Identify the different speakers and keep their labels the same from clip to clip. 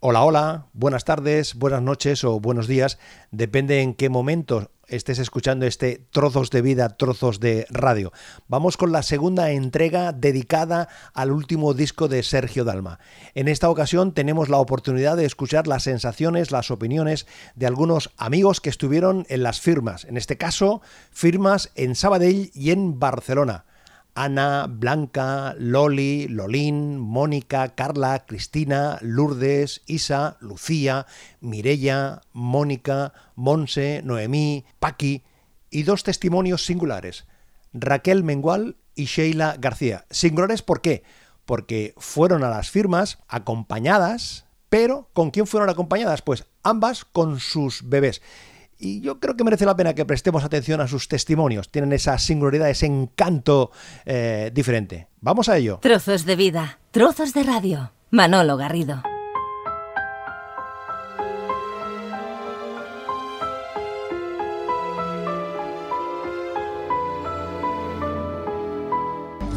Speaker 1: Hola, hola, buenas tardes, buenas noches o buenos días, depende en qué momento estés escuchando este Trozos de Vida, Trozos de Radio. Vamos con la segunda entrega dedicada al último disco de Sergio Dalma. En esta ocasión tenemos la oportunidad de escuchar las sensaciones, las opiniones de algunos amigos que estuvieron en las firmas, en este caso, firmas en Sabadell y en Barcelona. Ana, Blanca, Loli, Lolín, Mónica, Carla, Cristina, Lourdes, Isa, Lucía, Mirella, Mónica, Monse, Noemí, Paqui y dos testimonios singulares, Raquel Mengual y Sheila García. Singulares ¿por qué? Porque fueron a las firmas acompañadas, pero ¿con quién fueron acompañadas? Pues ambas con sus bebés. Y yo creo que merece la pena que prestemos atención a sus testimonios. Tienen esa singularidad, ese encanto eh, diferente. Vamos a ello.
Speaker 2: Trozos de vida, trozos de radio. Manolo Garrido.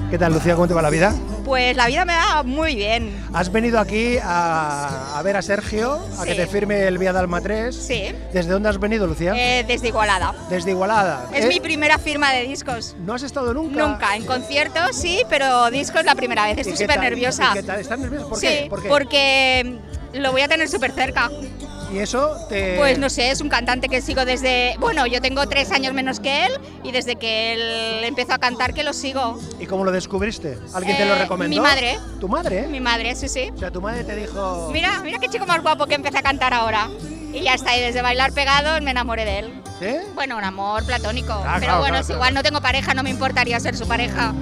Speaker 1: ¿Qué tal, Lucía? ¿Cómo te va la vida?
Speaker 3: Pues la vida me va muy bien.
Speaker 1: Has venido aquí a, a ver a Sergio, a
Speaker 3: Sí.
Speaker 1: que te firme el Vía Dalma 3.
Speaker 3: Sí.
Speaker 1: ¿Desde dónde has venido, Lucía?
Speaker 3: Eh, desde Igualada.
Speaker 1: Desde Igualada.
Speaker 3: Es
Speaker 1: ¿Eh?
Speaker 3: mi primera firma de discos.
Speaker 1: ¿No has estado nunca?
Speaker 3: Nunca, en conciertos sí, pero discos la primera vez. Estoy
Speaker 1: ¿Y qué
Speaker 3: súper
Speaker 1: tal?
Speaker 3: nerviosa.
Speaker 1: ¿Y qué tal? ¿Estás nerviosa? ¿Por
Speaker 3: sí,
Speaker 1: qué? ¿Por qué?
Speaker 3: porque mm, lo voy a tener súper cerca.
Speaker 1: Eh, ¿Y eso te...?
Speaker 3: Pues no sé, es un cantante que sigo desde... Bueno, yo tengo tres años menos que él y desde que él empezó a cantar que lo sigo.
Speaker 1: ¿Y cómo lo descubriste? ¿Alguien te lo
Speaker 3: Eh,
Speaker 1: recomendó?
Speaker 3: mi madre.
Speaker 1: ¿Tu madre?
Speaker 3: Mi madre, sí, sí.
Speaker 1: O sea, tu madre te dijo...
Speaker 3: Mira, mira qué chico más guapo que empieza a cantar ahora. Y ya está, y desde bailar pegados me enamoré de él.
Speaker 1: ¿Eh?
Speaker 3: Bueno, un amor platónico.
Speaker 1: Claro,
Speaker 3: pero
Speaker 1: Ah, claro,
Speaker 3: bueno,
Speaker 1: claro,
Speaker 3: si
Speaker 1: claro.
Speaker 3: igual no tengo pareja, no me importaría ser su pareja.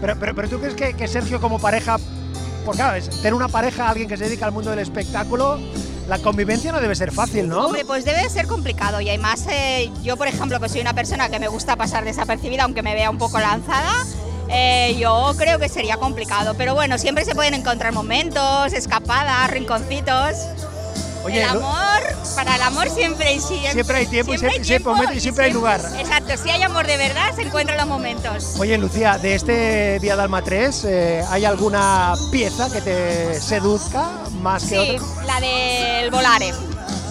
Speaker 1: Pero, pero, pero tú crees que, que Sergio como pareja, pues claro, es tener una pareja, alguien que se dedica al mundo del espectáculo, la convivencia no debe ser fácil, ¿no?
Speaker 3: Hombre, pues debe de ser complicado y además eh, yo, por ejemplo, que soy una persona que me gusta pasar desapercibida, aunque me vea un poco lanzada, eh, yo creo que sería complicado. Pero bueno, siempre se pueden encontrar momentos, escapadas, rinconcitos. el
Speaker 1: Lu-
Speaker 3: amor, para el amor siempre y si-
Speaker 1: Siempre hay tiempo y Pues siempre-
Speaker 3: hay
Speaker 1: siempre hay momento y siempre hay lugar.
Speaker 3: Exacto, si hay amor de verdad, se encuentran los momentos.
Speaker 1: Oye, Lucía, de este Vía Dalma 3, eh, ¿hay alguna pieza que te seduzca más que
Speaker 3: Sí,
Speaker 1: otra?
Speaker 3: la del volare.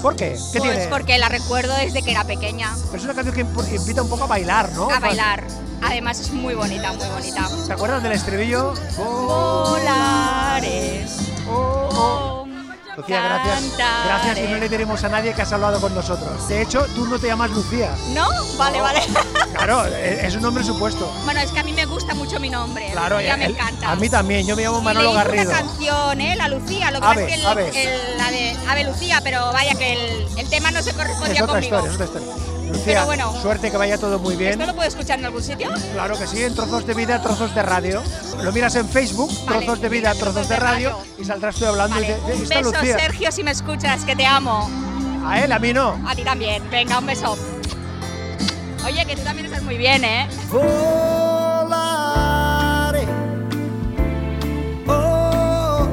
Speaker 1: ¿Por qué? ¿Qué
Speaker 3: pues
Speaker 1: tiene?
Speaker 3: porque la recuerdo desde que era pequeña.
Speaker 1: Pero es una canción que impu- invita un poco a bailar, ¿no?
Speaker 3: a bailar. Además es muy bonita, muy bonita.
Speaker 1: ¿Te acuerdas del estribillo?
Speaker 3: Volares.
Speaker 1: Oh, oh.
Speaker 3: oh,
Speaker 1: Lucía, gracias.
Speaker 3: cantaré.
Speaker 1: Gracias y no le diremos a nadie que has hablado con nosotros. De hecho, tú no te llamas Lucía.
Speaker 3: ¿No? Vale, vale.
Speaker 1: Claro, e-, es es un nombre supuesto.
Speaker 3: Bueno, es que a mí me gusta mucho mi nombre.
Speaker 1: Claro, eh, e-,
Speaker 3: Lucía me
Speaker 1: el-
Speaker 3: encanta.
Speaker 1: A mí también, yo me llamo
Speaker 3: Y
Speaker 1: Manolo
Speaker 3: le hice
Speaker 1: Garrido.
Speaker 3: una canción, ¿eh? La Lucía. Lo que
Speaker 1: Ave,
Speaker 3: pasa es que el-
Speaker 1: ave.
Speaker 3: el- la de Ave Lucía, pero vaya que el, el tema no se correspondía
Speaker 1: Es otra
Speaker 3: conmigo.
Speaker 1: historia, es otra historia. Lucía,
Speaker 3: Pero bueno.
Speaker 1: suerte que vaya todo muy bien.
Speaker 3: ¿Esto lo puedo escuchar en algún sitio?
Speaker 1: Claro que sí, en Trozos de Vida, Trozos de Radio. Lo miras en Facebook,
Speaker 3: Vale,
Speaker 1: Trozos de Vida,
Speaker 3: Trozos
Speaker 1: Trozos de
Speaker 3: de
Speaker 1: Radio,
Speaker 3: Radio.
Speaker 1: y saldrás tú hablando
Speaker 3: Vale.
Speaker 1: de,
Speaker 3: Un
Speaker 1: esta
Speaker 3: beso,
Speaker 1: ¿Eh? Lucía.
Speaker 3: Sergio, si me escuchas, que te amo.
Speaker 1: A él, a mí no.
Speaker 3: A ti también. Venga, un beso. Oye, que tú también estás muy bien, ¿eh?
Speaker 4: volare. Oh,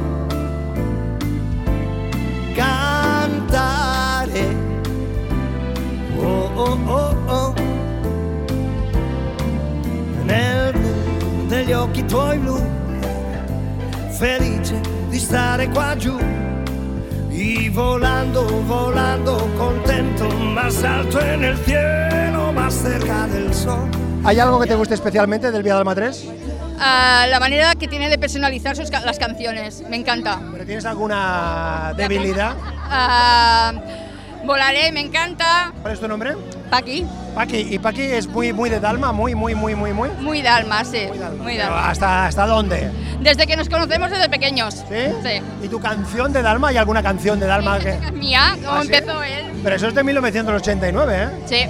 Speaker 4: cantare. Oh, oh, oh, oh. Nel blu degli occhi tuoi blu, felice di stare qua giù. Y volando, volando, contento, más alto en el cielo, más cerca del sol.
Speaker 1: ¿Hay algo que te guste especialmente del Vía Dalma 3?
Speaker 5: Ah, la manera que tiene de personalizar sus ca- las canciones, me encanta.
Speaker 1: ¿Pero tienes alguna debilidad?
Speaker 5: Ah, volaré, me encanta.
Speaker 1: ¿Cuál es tu nombre?
Speaker 5: Paqui,
Speaker 1: Paqui. Y Paqui es muy, muy de Dalma, muy, muy, muy, muy, muy.
Speaker 5: muy Dalma, sí.
Speaker 1: Muy Dalma.
Speaker 5: Muy
Speaker 1: Pero
Speaker 5: Dalma.
Speaker 1: ¿Hasta, ¿Hasta dónde?
Speaker 5: Desde que nos conocemos desde pequeños.
Speaker 1: ¿Sí? ¿Y tu canción de Dalma? ¿Hay alguna canción de Dalma que.?
Speaker 5: Es mía, como
Speaker 1: ¿Ah, sí?
Speaker 5: empezó él.
Speaker 1: Pero eso es de 1989, ¿eh?
Speaker 5: Sí.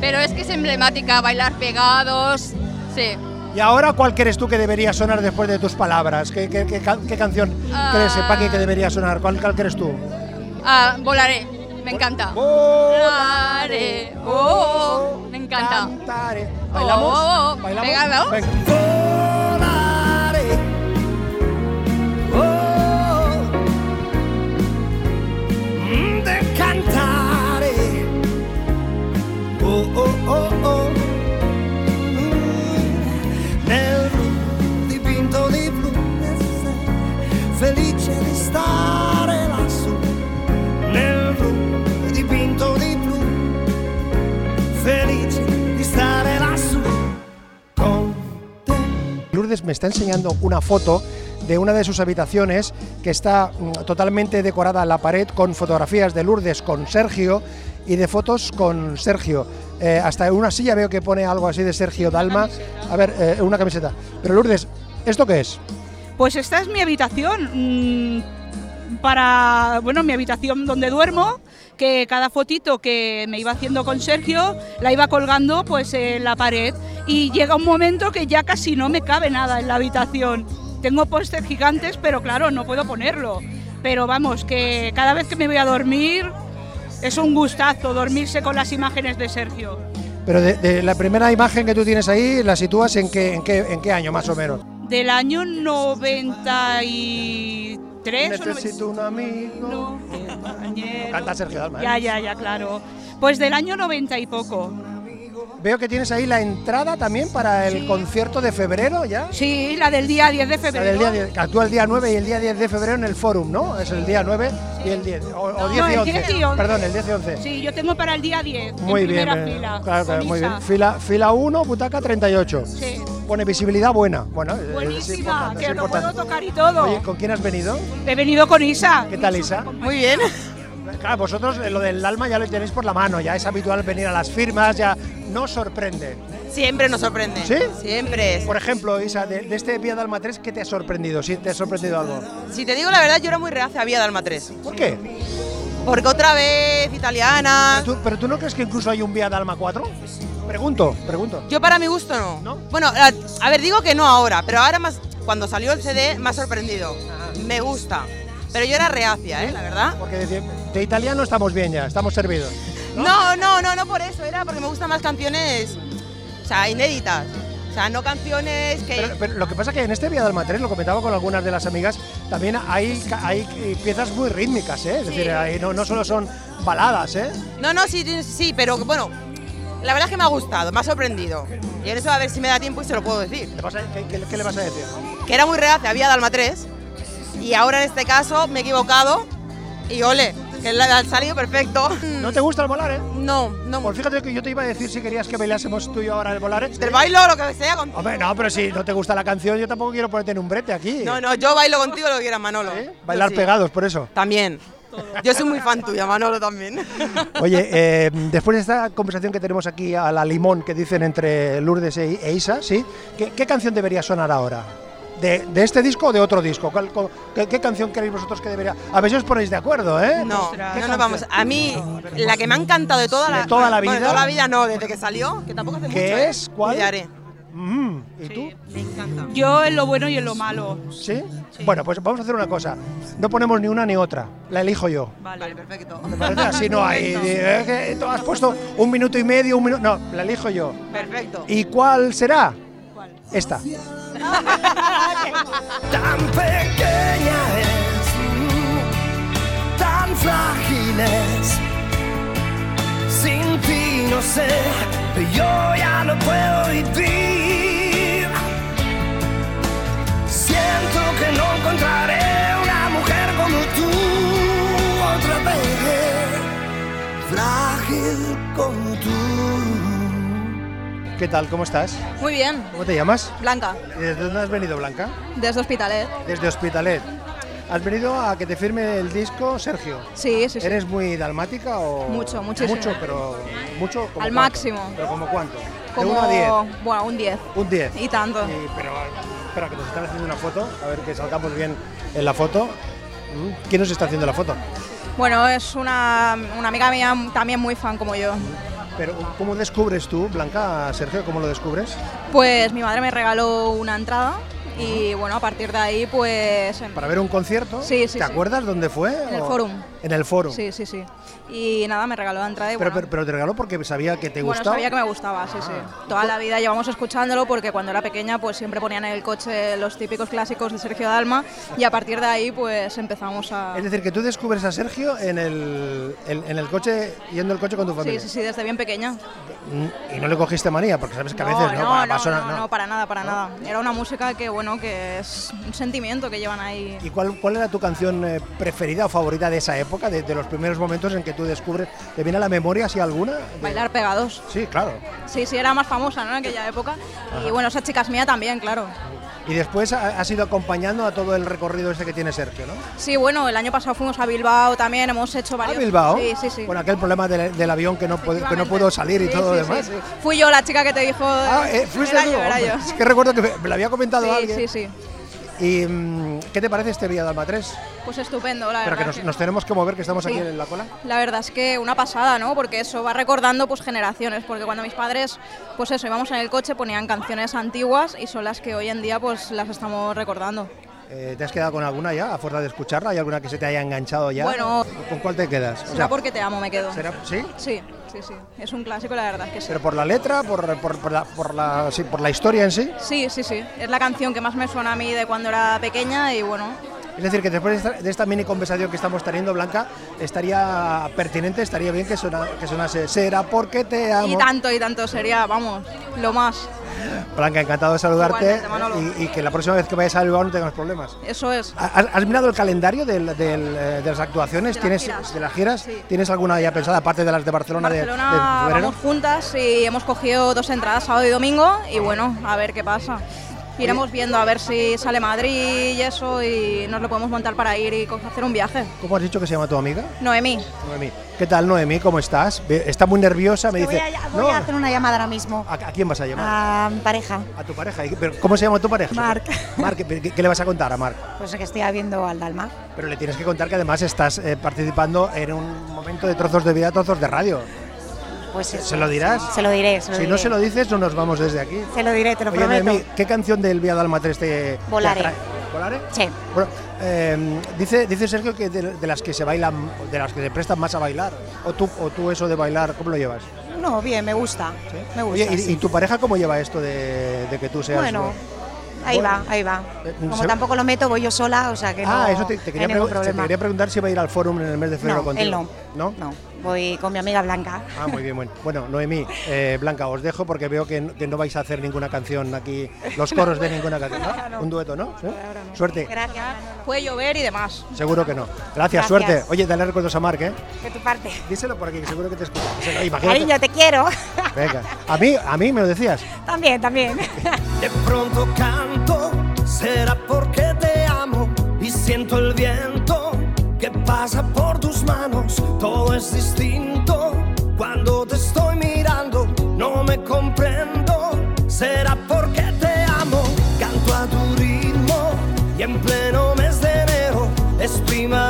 Speaker 5: Pero es que es emblemática, bailar pegados. Sí.
Speaker 1: ¿Y ahora cuál crees tú que debería sonar después de tus palabras? ¿Qué, qué- qué ca- qué canción
Speaker 5: Ah.
Speaker 1: crees, eh, Paqui, que debería sonar? ¿Cuál, cuál crees tú?
Speaker 5: Ah, volaré, me encanta. Volaré, oh, oh, me encanta.
Speaker 1: Cantaré.
Speaker 5: Oh,
Speaker 1: ¿Bailamos?
Speaker 5: oh, oh.
Speaker 1: ¿Bailamos?
Speaker 5: Venga,
Speaker 1: Venga.
Speaker 4: volare. Oh, mm, de cantare. Oh, oh, oh, oh. Mm, nel dipinto di blu, felice di stare lassù.
Speaker 1: Mercedes me está enseñando una foto de una de sus habitaciones que está mm, totalmente decorada la pared con fotografías de Lourdes con Sergio y de fotos con Sergio. Eh, hasta en una silla veo que pone algo así de Sergio Dalma. A ver, eh, una camiseta. Pero Lourdes, ¿esto qué es?
Speaker 6: Pues esta es mi habitación mm, para, bueno, mi habitación donde duermo, que cada fotito que me iba haciendo con Sergio la iba colgando pues en la pared y llega un momento que ya casi no me cabe nada en la habitación. Tengo pósters gigantes, pero claro, no puedo ponerlo. Pero vamos, que cada vez que me voy a dormir es un gustazo dormirse con las imágenes de Sergio.
Speaker 1: Pero de, de la primera imagen que tú tienes ahí, ¿la sitúas en qué, en qué, en qué año más o menos?
Speaker 6: Del año 93 o
Speaker 1: Necesito un amigo.
Speaker 6: eh, compañero.
Speaker 1: Canta Sergio Dalma. ¿eh?
Speaker 6: Ya, ya, ya, claro. Pues del año 90 y poco.
Speaker 1: Veo que tienes ahí la entrada también para el concierto de febrero, ¿ya?
Speaker 6: Sí, la del día 10 de
Speaker 1: La
Speaker 6: febrero.
Speaker 1: del día 10, que actúa el día 9 y el día 10 de febrero en el Forum, ¿no? Es el día 9 y el 10. O, o
Speaker 6: No,
Speaker 1: 10 y
Speaker 6: el
Speaker 1: 11.
Speaker 6: 10 y 11.
Speaker 1: Perdón, el 10 y 11.
Speaker 6: Sí, yo tengo para el día 10.
Speaker 1: Muy
Speaker 6: en
Speaker 1: bien,
Speaker 6: primera
Speaker 1: eh,
Speaker 6: fila.
Speaker 1: claro, claro,
Speaker 6: con
Speaker 1: muy bien.
Speaker 6: Isa.
Speaker 1: Fila, fila 1, butaca 38.
Speaker 6: Sí.
Speaker 1: Pone visibilidad buena. Bueno, eh, es- es
Speaker 6: Buenísima,
Speaker 1: importante,
Speaker 6: que
Speaker 1: es
Speaker 6: lo puedo
Speaker 1: importante.
Speaker 6: tocar y todo.
Speaker 1: Oye, ¿con quién has venido?
Speaker 6: He venido con Isa.
Speaker 1: ¿Qué tal, Isa?
Speaker 7: Muy bien.
Speaker 1: Claro, vosotros eh, lo del alma ya lo tenéis por la mano, ya es habitual venir a las firmas, ya no os sorprende.
Speaker 7: Siempre nos sorprende.
Speaker 1: ¿Sí?
Speaker 7: Siempre es.
Speaker 1: Por ejemplo, Isa, de, de este Vía Dalma 3, ¿qué te ha sorprendido? Si te ha sorprendido algo.
Speaker 7: Si te digo la verdad, yo era muy reacia a Vía Dalma 3.
Speaker 1: ¿Por qué?
Speaker 7: Porque otra vez, italiana.
Speaker 1: ¿Tú- ¿Pero tú no crees que incluso hay un Vía Dalma 4? Pregunto, pregunto.
Speaker 7: Yo para mi gusto no.
Speaker 1: ¿No?
Speaker 7: Bueno, a, a ver, digo que no ahora, pero ahora más cuando salió el CD me ha sorprendido. Me gusta. Pero yo era reacia, ¿eh? La verdad.
Speaker 1: Porque de, de italiano estamos bien ya, estamos servidos.
Speaker 7: No, no, no, no por eso, era porque me gustan más canciones, o sea, inéditas. O sea, no canciones que...
Speaker 1: Pero, pero lo que pasa es que en este Vía Dalma 3, lo comentaba con algunas de las amigas, también hay, ca- hay eh, piezas muy rítmicas, ¿eh? Es decir, ahí no, no solo son baladas, ¿eh?
Speaker 7: No, no, sí, sí, sí, pero bueno, la verdad es que me ha gustado, me ha sorprendido. Y en eso a ver si me da tiempo y se lo puedo decir.
Speaker 1: ¿Le vas a- qué, qué- qué le vas a decir?
Speaker 7: Que era muy reacia, había Dalma 3. Y ahora en este caso me he equivocado y ole, que le ha salido perfecto.
Speaker 1: No te gusta el volar, ¿eh?
Speaker 7: No, no.
Speaker 1: Pues fíjate que yo te iba a decir si querías que bailásemos tú y yo ahora el volar. ¿eh?
Speaker 7: Del bailo o lo que sea contigo.
Speaker 1: Hombre, no, pero si no te gusta la canción, yo tampoco quiero ponerte en un brete aquí.
Speaker 7: No, no, yo bailo contigo lo que quieras, Manolo.
Speaker 1: ¿eh? Bailar
Speaker 7: Sí.
Speaker 1: pegados, por eso.
Speaker 7: También. Yo soy muy fan tuya, Manolo también.
Speaker 1: Oye, eh, después de esta conversación que tenemos aquí a la limón que dicen entre Lourdes e, e Isa, ¿sí? ¿Qué, qué canción debería sonar ahora? ¿De, de este disco o de otro disco? ¿Cuál- cu- qué, qué canción queréis vosotros que debería...? A ver si os ponéis de acuerdo, ¿eh?
Speaker 7: No,
Speaker 1: ¿Qué
Speaker 7: no, no,
Speaker 1: canción?
Speaker 7: vamos. A mí, la que me ha encantado de toda
Speaker 1: ¿De
Speaker 7: la,
Speaker 1: toda la
Speaker 7: bueno, de
Speaker 1: vida?
Speaker 7: toda la vida no, desde que salió, que tampoco hace
Speaker 1: ¿Qué
Speaker 7: mucho. ¿eh?
Speaker 1: es? ¿Cuál?
Speaker 7: Cuidaré.
Speaker 1: Mm, ¿Y tú?
Speaker 6: Yo en lo bueno y en lo malo.
Speaker 1: ¿Sí? Bueno, pues vamos a hacer una cosa. No ponemos ni una ni otra. La elijo yo.
Speaker 7: Vale, perfecto.
Speaker 1: ¿Te parece? Así no hay... eh, que tú has puesto un minuto y medio, un minuto... No, la elijo yo.
Speaker 7: Perfecto.
Speaker 1: ¿Y cuál será? Esta.
Speaker 4: tan pequeña es, mm, tan frágil es. Sin ti no sé, yo ya no puedo vivir. Siento que no encontraré una mujer como tú otra vez, frágil como tú.
Speaker 1: ¿Qué tal? ¿Cómo estás?
Speaker 8: Muy bien,
Speaker 1: ¿Cómo te llamas?
Speaker 8: Blanca,
Speaker 1: ¿Y ¿Desde dónde has venido, Blanca?
Speaker 8: desde Hospitalet.
Speaker 1: Desde Hospitalet. ¿Has venido a que te firme el disco, Sergio?
Speaker 8: Sí, sí, sí.
Speaker 1: ¿Eres muy dalmática o...?
Speaker 8: Mucho, muchísimo.
Speaker 1: Mucho, pero... Mucho, como
Speaker 8: Al
Speaker 1: cuánto?
Speaker 8: máximo.
Speaker 1: ¿Pero como cuánto?
Speaker 8: Como,
Speaker 1: De 1 a 10.
Speaker 8: Bueno, un 10.
Speaker 1: Un 10.
Speaker 8: Y tanto.
Speaker 1: Y- pero, espera, que nos están haciendo una foto. A ver que salgamos bien en la foto. Mm, ¿Quién nos está haciendo la foto?
Speaker 8: Bueno, es una, una amiga mía también muy fan como yo.
Speaker 1: Pero, ¿cómo descubres tú, Blanca, a Sergio? ¿Cómo lo descubres?
Speaker 8: Pues mi madre me regaló una entrada y bueno, a partir de ahí pues... em-
Speaker 1: ¿Para ver un concierto?
Speaker 8: Sí, sí,
Speaker 1: ¿Te
Speaker 8: sí.
Speaker 1: acuerdas dónde fue?
Speaker 8: En el
Speaker 1: o-
Speaker 8: Forum.
Speaker 1: En el foro.
Speaker 8: Sí, sí, sí. Y nada, me regaló la entrada y
Speaker 1: Pero,
Speaker 8: bueno,
Speaker 1: pero, pero te regaló porque sabía que te
Speaker 8: bueno,
Speaker 1: gustaba. Ah.
Speaker 8: sabía que me gustaba, sí, sí. Toda la vida llevamos escuchándolo porque cuando era pequeña pues siempre ponían en el coche los típicos clásicos de Sergio Dalma y a partir de ahí pues empezamos a...
Speaker 1: Es decir, que tú descubres a Sergio en el, en, en el coche, yendo el coche con tu
Speaker 8: Sí,
Speaker 1: familia.
Speaker 8: sí, sí, desde bien pequeña.
Speaker 1: Mm, Y no le cogiste manía, porque sabes que a veces no, va- va a sonar-
Speaker 8: no,
Speaker 1: no.
Speaker 8: no, para nada, para nada. Era una música que, bueno, que es un sentimiento que llevan ahí.
Speaker 1: ¿Y cuál, cuál era tu canción eh, preferida o favorita de esa época, de, de los primeros momentos en que tú descubres? ¿Te viene a la memoria, si alguna? de-
Speaker 8: Bailar pegados.
Speaker 1: Sí, claro.
Speaker 8: Sí, sí, era más famosa, ¿no? En aquella época. Y bueno, esa chica es mía también, claro.
Speaker 1: Y después ha- has ido acompañando a todo el recorrido este que tiene Sergio, ¿no?
Speaker 8: Sí, bueno, el año pasado fuimos a Bilbao también, hemos hecho
Speaker 1: A
Speaker 8: varios.
Speaker 1: Bilbao,
Speaker 8: Sí, sí, sí.
Speaker 1: con aquel problema del, del avión que no, puede- que no pudo salir y
Speaker 8: Sí,
Speaker 1: todo
Speaker 8: sí,
Speaker 1: lo demás.
Speaker 8: sí, sí. Fui yo la chica que te dijo.
Speaker 1: Ah, eh, fuiste
Speaker 8: era
Speaker 1: tú,
Speaker 8: yo, era
Speaker 1: hombre.
Speaker 8: yo.
Speaker 1: Es que recuerdo que me, me lo había comentado
Speaker 8: Sí,
Speaker 1: alguien.
Speaker 8: sí, sí.
Speaker 1: ¿Y mm, qué te parece este Villadalma 3?
Speaker 8: Pues estupendo, la
Speaker 1: Pero que
Speaker 8: verdad.
Speaker 1: nos,
Speaker 8: que-
Speaker 1: nos tenemos que mover, que estamos aquí
Speaker 8: Sí.
Speaker 1: en la cola.
Speaker 8: La verdad es que una pasada, ¿no? Porque eso va recordando pues generaciones, porque cuando mis padres, pues eso, íbamos en el coche, ponían canciones antiguas y son las que hoy en día pues las estamos recordando.
Speaker 1: Eh, ¿Te has quedado con alguna ya, a fuerza de escucharla? ¿Hay alguna que se te haya enganchado ya?
Speaker 8: Bueno.
Speaker 1: ¿Con cuál te quedas? O
Speaker 8: Será
Speaker 1: sea,
Speaker 8: porque te amo, me quedo.
Speaker 1: ¿será- ¿Sí?
Speaker 8: Sí, sí, sí. Es un clásico, la verdad es que sí.
Speaker 1: ¿Pero por la letra, por, por- por la, por, la, sí, por la historia en sí?
Speaker 8: Sí, sí, sí. Es la canción que más me suena a mí de cuando era pequeña y bueno,
Speaker 1: Es decir, que después de esta, de esta mini conversación que estamos teniendo, Blanca, estaría pertinente, estaría bien que, sona- que sonase Será porque te amo.
Speaker 8: y tanto y tanto sería, vamos, lo más.
Speaker 1: Blanca, encantado de saludarte
Speaker 8: Igualmente, Manolo.
Speaker 1: y, y que la próxima vez que vayas a Bilbao no tengas problemas.
Speaker 8: Eso es.
Speaker 1: ¿Has, has mirado el calendario del- del, eh, de las actuaciones?
Speaker 8: De las
Speaker 1: ¿Tienes,
Speaker 8: giras.
Speaker 1: de las giras?
Speaker 8: Sí.
Speaker 1: ¿Tienes alguna ya pensada, aparte de las de
Speaker 8: En
Speaker 1: Barcelona, de- de,
Speaker 8: Barcelona
Speaker 1: febrero?
Speaker 8: vamos juntas y hemos cogido dos entradas sábado y domingo y bueno, a ver qué pasa. Iremos viendo a ver si sale Madrid y eso y nos lo podemos montar para ir y co- hacer un viaje.
Speaker 1: ¿Cómo has dicho que se llama tu amiga?
Speaker 8: Noemí,
Speaker 1: Noemí. ¿Qué tal, Noemí? ¿Cómo estás? Ve- Está muy nerviosa, me
Speaker 9: Te
Speaker 1: dice.
Speaker 9: voy a, voy
Speaker 1: "No".
Speaker 9: a hacer una llamada ahora mismo
Speaker 1: ¿A- a quién vas a llamar?
Speaker 9: a mi pareja.
Speaker 1: A tu pareja. ¿Y- pero ¿Cómo se llama tu pareja?
Speaker 9: Marc.
Speaker 1: Marc, ¿qué, qué le vas a contar a Marc?
Speaker 9: Pues que estoy viendo al Dalma.
Speaker 1: Pero le tienes que contar que además estás eh, participando en un momento de trozos de vida, trozos de radio.
Speaker 9: Pues
Speaker 1: ¿Se-
Speaker 9: eso,
Speaker 1: se lo dirás?
Speaker 9: sí, Se lo diré. Se lo
Speaker 1: si
Speaker 9: diré.
Speaker 1: no se lo dices, no nos vamos desde aquí.
Speaker 9: Se lo diré, te lo
Speaker 1: Oye,
Speaker 9: prometo.
Speaker 1: Noemí, ¿qué canción del Vía Dalma 3 te, te
Speaker 9: Volare.
Speaker 1: atrae? ¿Volare?
Speaker 9: Sí.
Speaker 1: Bueno, eh, dice, dice Sergio que de, de las que se bailan, de las que se prestan más a bailar. O tú, o tú eso de bailar, ¿cómo lo llevas?
Speaker 9: No, bien, me gusta. Me gusta.
Speaker 1: Oye, ¿y,
Speaker 9: sí.
Speaker 1: y tu pareja cómo lleva esto de, de que tú seas?
Speaker 9: Bueno,
Speaker 1: eh?
Speaker 9: ahí
Speaker 1: Bueno.
Speaker 9: va, ahí va.
Speaker 1: Eh,
Speaker 9: Como
Speaker 1: se-
Speaker 9: tampoco lo meto, voy yo sola, o sea que no.
Speaker 1: ah, eso te, te
Speaker 9: hay
Speaker 1: quería
Speaker 9: ningún
Speaker 1: pregu- te
Speaker 9: problema.
Speaker 1: quería preguntar si va a ir al fórum en el mes de febrero
Speaker 9: No,
Speaker 1: contigo.
Speaker 9: él no.
Speaker 1: ¿No?
Speaker 9: No, voy con mi amiga Blanca.
Speaker 1: Ah, muy bien, bueno. Bueno, Noemí, eh, Blanca, os dejo porque veo que, n- que no vais a hacer ninguna canción aquí, los coros de ninguna canción. ¿no? Un dueto, ¿no? ¿Sí? Suerte.
Speaker 9: Gracias.
Speaker 8: puede llover y demás.
Speaker 1: Seguro que no. Gracias,
Speaker 9: Gracias.
Speaker 1: suerte. Oye, dale recuerdos a Marc, ¿eh?
Speaker 9: De tu parte.
Speaker 1: Díselo por aquí, que seguro que te escucha. Díselo, imagínate.
Speaker 9: Cariño, te quiero.
Speaker 1: Venga. A mí, a mí me lo decías.
Speaker 9: también, también.
Speaker 4: De pronto canto, será porque te amo y siento el viento que pasa por tus manos. Todo es distinto cuando te estoy mirando, no me comprendo. Será porque te amo, canto a tu ritmo y en pleno mes de enero es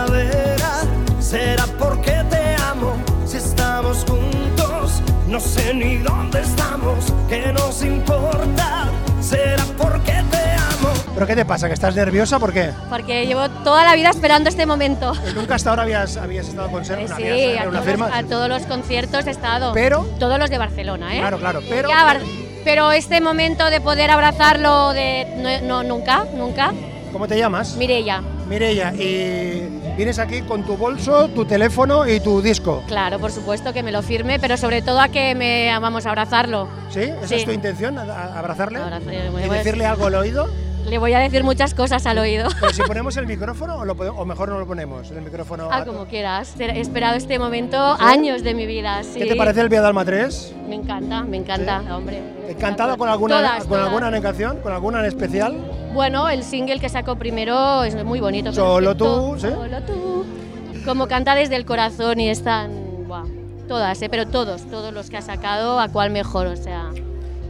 Speaker 4: primavera. Será porque te amo si estamos juntos. No sé ni dónde estamos, que nos importa. Será porque te amo.
Speaker 1: ¿Pero qué te pasa? ¿Que estás nerviosa? ¿Por qué?
Speaker 10: Porque llevo toda la vida esperando este momento.
Speaker 1: Eh, Nunca hasta ahora habías, habías estado con Sergio.
Speaker 10: Eh,
Speaker 1: no
Speaker 10: sí,
Speaker 1: habías-
Speaker 10: a
Speaker 1: era una
Speaker 10: todos,
Speaker 1: firma.
Speaker 10: a todos los conciertos he estado.
Speaker 1: Pero-
Speaker 10: Todos los de Barcelona, ¿eh?
Speaker 1: Claro, claro, pero-
Speaker 10: Ya, Bar- pero este momento de poder abrazarlo, de. No, no, nunca, nunca.
Speaker 1: ¿Cómo te llamas?
Speaker 10: Mirella,
Speaker 1: Mireia, y vienes aquí con tu bolso, tu teléfono y tu disco.
Speaker 10: claro, por supuesto que me lo firme, pero sobre todo a que me vamos a abrazarlo.
Speaker 1: ¿Sí? ¿Esa
Speaker 10: Sí.
Speaker 1: es tu intención? a- a- ¿Abrazarle?
Speaker 10: Abrazar-
Speaker 1: ¿Y
Speaker 10: bueno,
Speaker 1: decirle algo al oído?
Speaker 10: Le voy a decir muchas cosas al oído.
Speaker 1: Pero si ponemos el micrófono, o, lo pode- o mejor no lo ponemos, el micrófono.
Speaker 10: Ah,
Speaker 1: a-
Speaker 10: como quieras. He esperado este momento años de mi vida. sí.
Speaker 1: ¿Qué te parece el Vía Dalma 3?
Speaker 10: Me encanta, me encanta,
Speaker 1: Sí.
Speaker 10: hombre.
Speaker 1: ¿Encantada con alguna,
Speaker 10: Todas,
Speaker 1: con
Speaker 10: todas.
Speaker 1: alguna en canción? ¿Con alguna en especial?
Speaker 10: Bueno, el single que sacó primero es muy bonito. pero
Speaker 1: Solo
Speaker 10: es que to-
Speaker 1: tú, ¿sí?
Speaker 10: Solo tú. Como canta desde el corazón y están. Buah, todas, ¿eh? pero todos, todos los que ha sacado, a cuál mejor, o sea.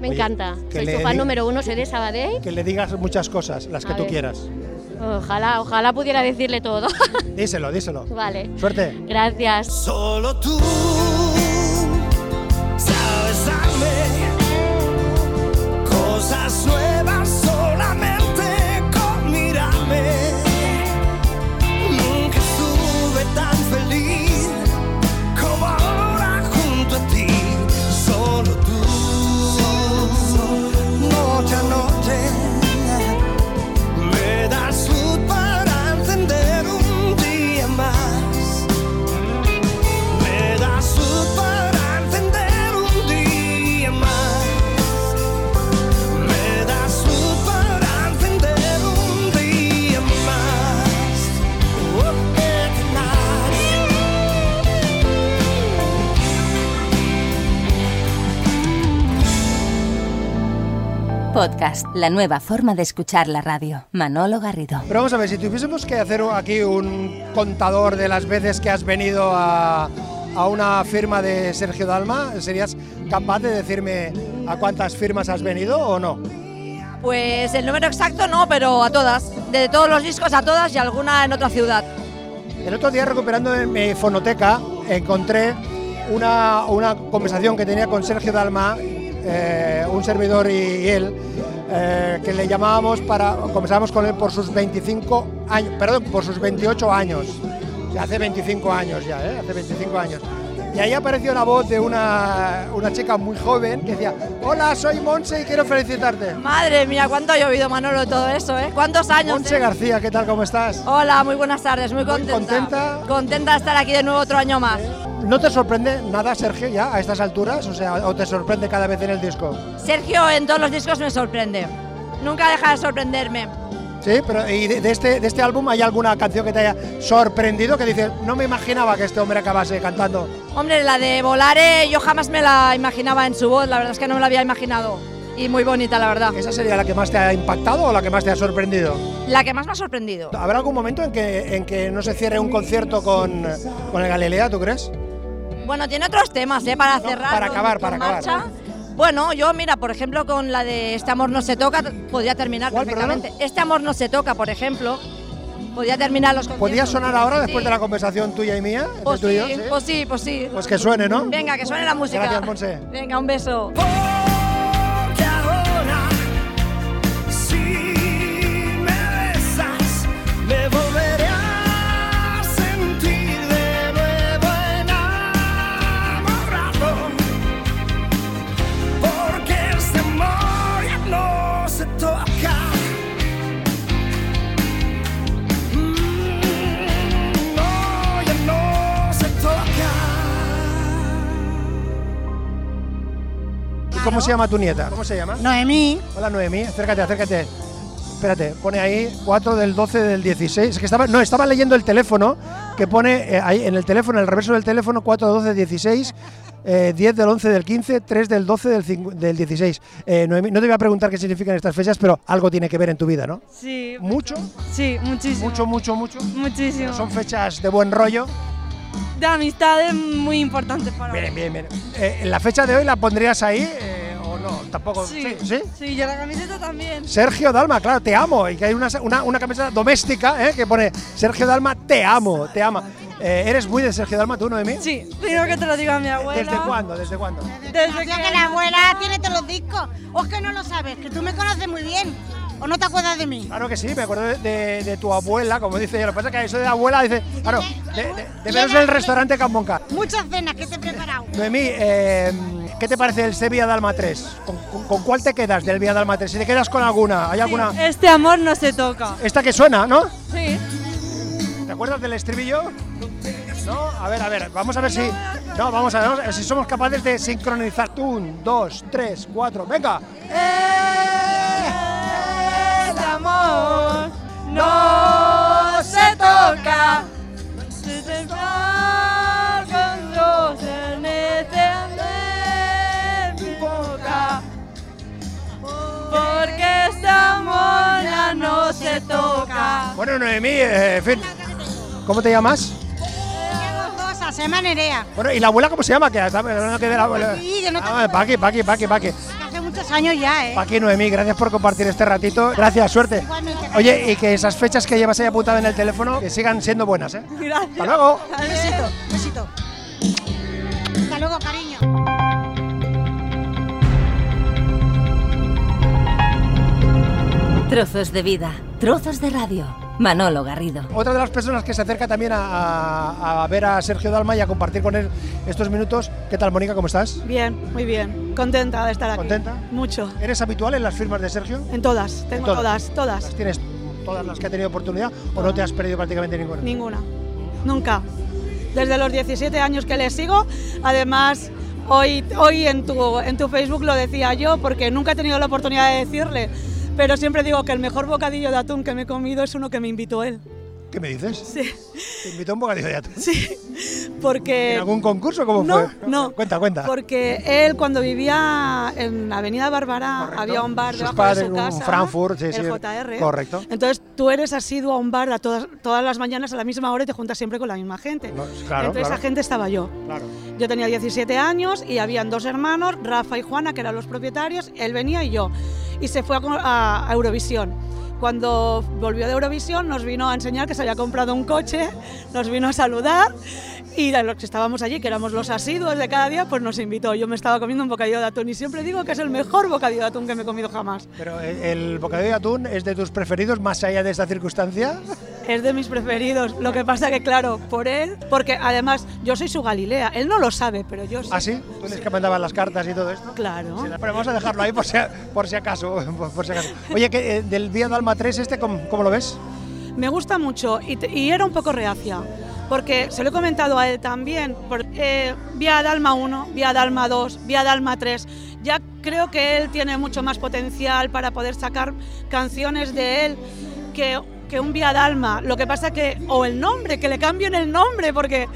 Speaker 10: Me
Speaker 1: Oye,
Speaker 10: encanta.
Speaker 1: que
Speaker 10: Soy
Speaker 1: le
Speaker 10: su fan
Speaker 1: di-
Speaker 10: número uno, soy de Sabadell.
Speaker 1: Que le digas muchas cosas, las que
Speaker 10: A
Speaker 1: tú
Speaker 10: ver.
Speaker 1: quieras.
Speaker 10: Ojalá, ojalá pudiera decirle todo.
Speaker 1: Díselo, díselo.
Speaker 10: vale.
Speaker 1: Suerte.
Speaker 10: Gracias.
Speaker 4: Solo tú sabes darme cosas nuevas solamente con mirarme. Nunca estuve tan feliz como ahora junto a ti. Solo tú, noche a noche. Me das luz para entender un día más. Me das luz para entender un día más. Me das Oh,
Speaker 2: Podcast, la nueva forma de escuchar la radio. Manolo Garrido.
Speaker 1: Pero vamos a ver, si tuviésemos que hacer aquí un contador de las veces que has venido a, a una firma de Sergio Dalma, ¿serías capaz de decirme a cuántas firmas has venido o no?
Speaker 11: Pues el número exacto no, pero a todas. De todos los discos a todas y alguna en otra ciudad.
Speaker 1: El otro día recuperando en mi fonoteca encontré una, una conversación que tenía con Sergio Dalma, eh, un servidor y, y él, eh, que le llamábamos para, conversábamos con él por sus 25 años, perdón, por sus 28 años, Ya hace 25 años ya, ¿eh? hace 25 años. Y ahí apareció la voz de una, una chica muy joven que decía, hola, soy Monse y quiero felicitarte.
Speaker 11: Madre mía, cuánto ha llovido Manolo todo eso, ¿eh? ¿Cuántos años?
Speaker 1: Monse
Speaker 11: eh?
Speaker 1: García, ¿qué tal? ¿Cómo estás?
Speaker 11: Hola, muy buenas tardes, muy contenta. contenta. de estar aquí de nuevo otro año más.
Speaker 1: ¿No te sorprende nada, Sergio, ya a estas alturas? O sea, ¿o te sorprende cada vez en el disco?
Speaker 11: Sergio en todos los discos me sorprende. Nunca deja de sorprenderme.
Speaker 1: Sí, pero ¿y de, de este, de este álbum hay alguna canción que te haya sorprendido? Que dices, no me imaginaba que este hombre acabase cantando.
Speaker 11: Hombre, la de Volare yo jamás me la imaginaba en su voz, la verdad es que no me la había imaginado. Y muy bonita, la verdad.
Speaker 1: ¿Esa sería la que más te ha impactado o la que más te ha sorprendido?
Speaker 11: La que más me ha sorprendido.
Speaker 1: ¿Habrá algún momento en que, en que no se cierre un concierto con, con el Galilea, tú crees?
Speaker 11: Bueno, tiene otros temas, ¿eh? Para cerrar.
Speaker 1: para
Speaker 11: con-
Speaker 1: acabar,
Speaker 11: con
Speaker 1: para acabar. ¿eh?
Speaker 11: marcha. Bueno, yo, mira, por ejemplo, con la de Este amor no se toca, podría terminar perfectamente. Este amor no se toca, por ejemplo, podría terminar los conciertos.
Speaker 1: ¿Podría sonar ahora después
Speaker 11: Sí.
Speaker 1: de la conversación tuya y mía? entre
Speaker 11: Pues
Speaker 1: tú y yo?
Speaker 11: sí, pues sí, pues sí.
Speaker 1: Pues que suene, ¿no?
Speaker 11: Venga, que suene la música.
Speaker 1: Gracias, Monse.
Speaker 11: Venga, un beso.
Speaker 4: que ahora si me besas me volveré a sentir de nuevo enamorado porque este amor ya no se toca Mm, no ya no se toca
Speaker 1: ¿Y ¿Cómo se llama tu nieta? ¿Cómo se llama? Noemí. Hola Noemí, acércate, acércate. Espérate, pone ahí 4 del 12 del 16. Es que estaba, no, estaba leyendo el teléfono, que pone eh, ahí en el teléfono, en el reverso del teléfono, 4 del 12 del 16, eh, 10 del 11 del 15, 3 del 12 del, cincu- del 16. Eh, Noemí, no te voy a preguntar qué significan estas fechas, pero algo tiene que ver en tu vida, ¿no?
Speaker 12: Sí.
Speaker 1: ¿Mucho?
Speaker 12: Sí, muchísimo.
Speaker 1: Mucho, mucho, mucho.
Speaker 12: Muchísimo.
Speaker 1: Son fechas de buen rollo.
Speaker 12: De amistades muy importantes para
Speaker 1: Bien, bien, bien. Eh, ¿La fecha de hoy la pondrías ahí eh, o no? Tampoco.
Speaker 12: Sí.
Speaker 1: ¿Sí? ¿Sí?
Speaker 12: Sí, yo la camiseta también.
Speaker 1: Sergio Dalma, claro, te amo. Y que hay una, una, una camiseta doméstica ¿eh? que pone Sergio Dalma, te amo, te ama. Eh, ¿Eres muy de Sergio Dalma tú, Noemí?
Speaker 12: Sí, primero que te lo diga mi abuela.
Speaker 1: ¿Desde cuándo? ¿Desde cuándo?
Speaker 12: Desde
Speaker 9: que, la abuela tiene todos los discos. O es que no lo sabes, que tú me conoces muy bien. ¿O no te acuerdas de mí?
Speaker 1: Claro que sí, me acuerdo de, de- de tu abuela, como dice ella. Lo que pasa es que eso de abuela dice, claro, de, de- de menos en el restaurante Camonca.
Speaker 9: Muchas cenas que te he preparado.
Speaker 1: Noemí, eh, ¿qué te parece el Sevilla Dalma 3? ¿Con, con, con cuál te quedas del Vía Dalma 3? Si te quedas con alguna, ¿hay alguna?
Speaker 11: eh.
Speaker 12: Este amor no se toca.
Speaker 1: Esta que suena, ¿no?
Speaker 12: Sí.
Speaker 1: ¿Te acuerdas del estribillo? No, a ver, a ver, vamos a ver si. No, vamos a ver, vamos a ver si somos capaces de sincronizar. Un, dos, tres, cuatro, venga. ¡Eh!
Speaker 4: El amor
Speaker 12: no se toca. Si te embargan los enetes de este mi boca. Porque este amor ya no se toca.
Speaker 1: Bueno, Noemí, eh, en fin. ¿Cómo te llamas?
Speaker 9: Cosas, se llama Nerea.
Speaker 1: Bueno, ¿y la abuela cómo se llama? Que, está- que de la abuela.
Speaker 9: Sí, que no te
Speaker 1: Ah, Paqui, Paqui, Paqui, Paqui.
Speaker 9: hace muchos años ya, ¿eh?
Speaker 1: Paqui, Noemí, gracias por compartir este ratito. Gracias, suerte.
Speaker 9: Igualmente, gracias.
Speaker 1: Oye, y que esas fechas que llevas ahí apuntadas en el teléfono que sigan siendo buenas, ¿eh?
Speaker 12: Gracias.
Speaker 1: Hasta luego.
Speaker 9: Un besito, un besito. Hasta luego, cariño.
Speaker 2: Trozos de vida, trozos de radio. Manolo Garrido.
Speaker 1: Otra de las personas que se acerca también a, a- a ver a Sergio Dalma y a compartir con él estos minutos. ¿Qué tal, Mónica? ¿Cómo estás?
Speaker 12: Bien, muy bien. Contenta de estar aquí.
Speaker 1: ¿Contenta?
Speaker 12: Mucho.
Speaker 1: ¿Eres habitual en las firmas de Sergio?
Speaker 12: En todas, tengo
Speaker 1: En
Speaker 12: todas, todas.
Speaker 1: ¿Las tienes todas las que ha tenido oportunidad o no te has perdido prácticamente ninguna?
Speaker 12: Ninguna. Nunca. Desde los 17 años que le sigo. Además, hoy, hoy en, tu, en tu Facebook lo decía yo porque nunca he tenido la oportunidad de decirle. Pero siempre digo que el mejor bocadillo de atún que me he comido es uno que me invitó él.
Speaker 1: ¿Qué me dices? Sí. Te invito a un bocadillo de atún.
Speaker 13: Sí, porque...
Speaker 1: ¿En algún concurso? ¿Cómo
Speaker 13: No,
Speaker 1: fue?
Speaker 13: no.
Speaker 1: Cuenta, cuenta.
Speaker 13: Porque él cuando vivía en Avenida Bárbara había un bar
Speaker 1: Sus
Speaker 13: debajo
Speaker 1: padres,
Speaker 13: de su
Speaker 1: un
Speaker 13: casa.
Speaker 1: Frankfurt, sí,
Speaker 13: el
Speaker 1: sí,
Speaker 13: JR.
Speaker 1: correcto.
Speaker 13: Entonces tú eres asiduo a un bar a todas, todas las mañanas a la misma hora y te juntas siempre con la misma gente.
Speaker 1: claro,
Speaker 13: Entre esa
Speaker 1: claro.
Speaker 13: gente estaba yo.
Speaker 1: Claro.
Speaker 13: Yo tenía 17 años y habían dos hermanos, Rafa y Juana, que eran los propietarios, él venía y yo. Y se fue a, co- a- a Eurovisión. Cuando volvió de Eurovisión nos vino a enseñar que se había comprado un coche, nos vino a saludar y a los que estábamos allí, que éramos los asiduos de cada día, pues nos invitó. Yo me estaba comiendo un bocadillo de atún y siempre digo que es el mejor bocadillo de atún que me he comido jamás.
Speaker 1: Pero eh, el bocadillo de atún es de tus preferidos más allá de esta circunstancia.
Speaker 13: Es de mis preferidos. Lo que pasa que, claro, por él, porque además yo soy su Galilea. Él no lo sabe, pero yo sí.
Speaker 1: ¿Ah, sí? Tú eres que mandabas las cartas y todo esto.
Speaker 13: Claro.
Speaker 1: Pero vamos a dejarlo ahí por si, por si acaso. por- por si acaso. Oye, que, eh, del Vía Dalma 3 este, ¿cómo, cómo lo ves?
Speaker 13: Me gusta mucho y, te- y era un poco reacia, porque se lo he comentado a él también. Por, eh, vía Dalma 1, Vía Dalma 2, Vía Dalma 3. Ya creo que él tiene mucho más potencial para poder sacar canciones de él que, que un Vía Dalma. Lo que pasa que, o el nombre, que le cambien el nombre, porque.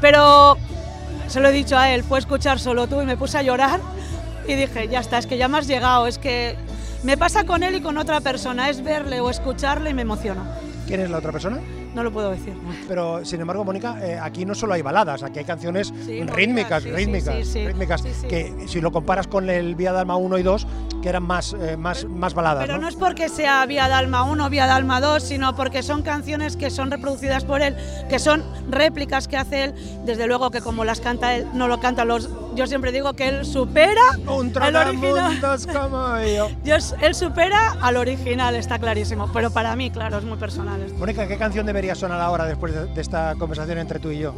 Speaker 13: Pero se lo he dicho a él, fue escuchar solo tú y me puse a llorar y dije, ya está, es que ya me has llegado, es que me pasa con él y con otra persona, es verle o escucharle y me emociona.
Speaker 1: ¿Quién es la otra persona?
Speaker 13: No lo puedo decir.
Speaker 1: Pero, sin embargo, Mónica, eh, aquí no solo hay baladas, aquí hay canciones rítmicas,
Speaker 13: sí, sí,
Speaker 1: rítmicas,
Speaker 13: sí, sí.
Speaker 1: rítmicas,
Speaker 13: Sí, sí.
Speaker 1: que si lo comparas con el Vía Dalma 1 y 2, que eran más, eh, más, más baladas,
Speaker 13: Pero
Speaker 1: ¿no?
Speaker 13: no es porque sea Vía Dalma 1 o Vía Dalma 2, sino porque son canciones que son reproducidas por él, que son réplicas que hace él. Desde luego que como las canta él, no lo canta los... Yo siempre digo que él supera
Speaker 1: Un
Speaker 13: al original.
Speaker 1: trotamundos como yo.
Speaker 13: Yo- él supera al original, está clarísimo. Pero para mí, claro, es muy personal esto.
Speaker 1: Mónica, ¿qué canción debería sonar ahora después de, de esta conversación entre tú y yo?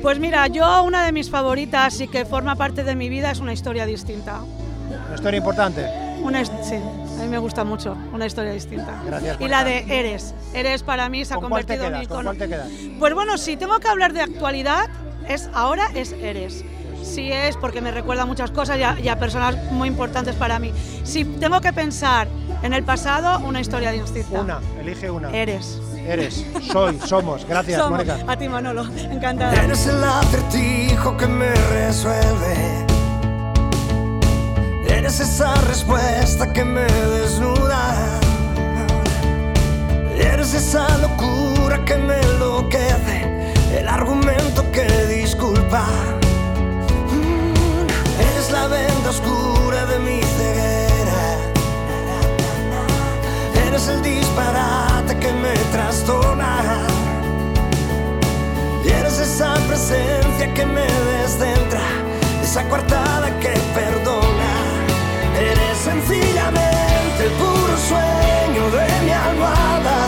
Speaker 13: Pues mira, yo una de mis favoritas y que forma parte de mi vida es una historia distinta.
Speaker 1: Una historia importante.
Speaker 13: Una his- sí, a mí me gusta mucho, una historia distinta.
Speaker 1: Gracias,
Speaker 13: Y la
Speaker 1: Mónica.
Speaker 13: de Eres. Eres para mí se ha
Speaker 1: ¿Con cuál te
Speaker 13: convertido en mi
Speaker 1: quedas? ¿Con
Speaker 13: icono.
Speaker 1: cuál te quedas?
Speaker 13: Pues bueno, si tengo que hablar de actualidad, es ahora es Eres. Sí es porque me recuerda muchas cosas y a, y a personas muy importantes para mí. Si tengo que pensar en el pasado, una historia distinta.
Speaker 1: Una, elige una.
Speaker 13: Eres.
Speaker 1: Eres, soy, somos. Gracias,
Speaker 13: Somos.
Speaker 1: Mónica.
Speaker 13: A ti, Manolo. Encantada.
Speaker 4: Eres el acertijo que me resuelve. Eres esa respuesta que me desnuda. Eres esa locura que me enloquece. El argumento que disculpa. Mm, Eres la venda oscura de mi ceguera. Eres el disparate que me trastorna. Y eres esa presencia que me desdentra, esa coartada que perdona. Eres sencillamente el puro sueño de mi almohada,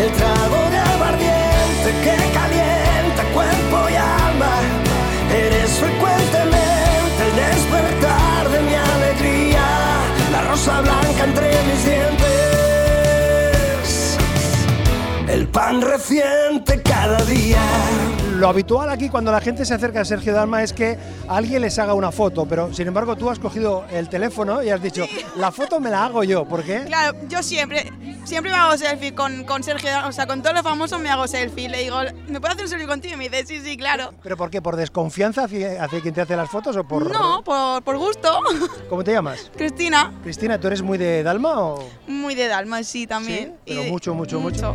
Speaker 4: el trago de aguardiente que calienta cuerpo y alma. Eres frecuentemente el despertar de mi alegría, la rosa blanca entre mis dientes, el pan reciente cada día.
Speaker 1: Lo habitual aquí cuando la gente se acerca a Sergio Dalma es que alguien les haga una foto, pero sin embargo tú has cogido el teléfono y has dicho, la foto me la hago yo, ¿por qué?
Speaker 14: Claro, yo siempre, siempre me hago selfie con, con Sergio, o sea, con todos los famosos me hago selfie. Le digo, ¿me puedo hacer un selfie contigo? Y me dice, sí, sí, claro.
Speaker 1: ¿Pero por qué? ¿Por desconfianza hacia, hacia quien te hace las fotos o por...?
Speaker 14: No, por, por gusto.
Speaker 1: ¿Cómo te llamas?
Speaker 14: Cristina,
Speaker 1: Cristina, ¿tú eres muy de Dalma o...?
Speaker 14: muy de Dalma, sí, también. Y
Speaker 1: Pero
Speaker 14: de-
Speaker 1: mucho, mucho, mucho.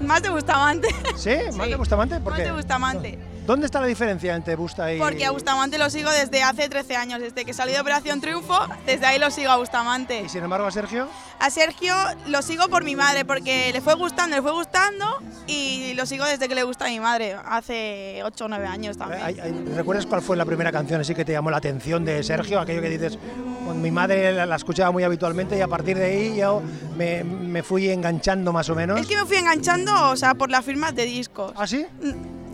Speaker 14: Más de Bustamante.
Speaker 1: ¿Sí? ¿Más de Bustamante? ¿Por
Speaker 14: Más
Speaker 1: qué?
Speaker 14: de Bustamante.
Speaker 1: ¿Dónde está la diferencia entre Busta y...?
Speaker 14: Porque a Bustamante lo sigo desde hace 13 años, desde que salí de Operación Triunfo, desde ahí lo sigo a Bustamante. ¿Y
Speaker 1: sin embargo a Sergio?
Speaker 14: A Sergio lo sigo por mi madre, porque le fue gustando, le fue gustando y lo sigo desde que le gusta a mi madre, hace 8 o 9 años también.
Speaker 1: ¿Recuerdas cuál fue la primera canción así que te llamó la atención de Sergio? Aquello que dices, "Con mi madre la, la escuchaba muy habitualmente y a partir de ahí yo me, me fui enganchando más o menos.
Speaker 14: Es que me fui enganchando, o sea, por las firmas de discos. Mm,
Speaker 1: ¿Ah, sí?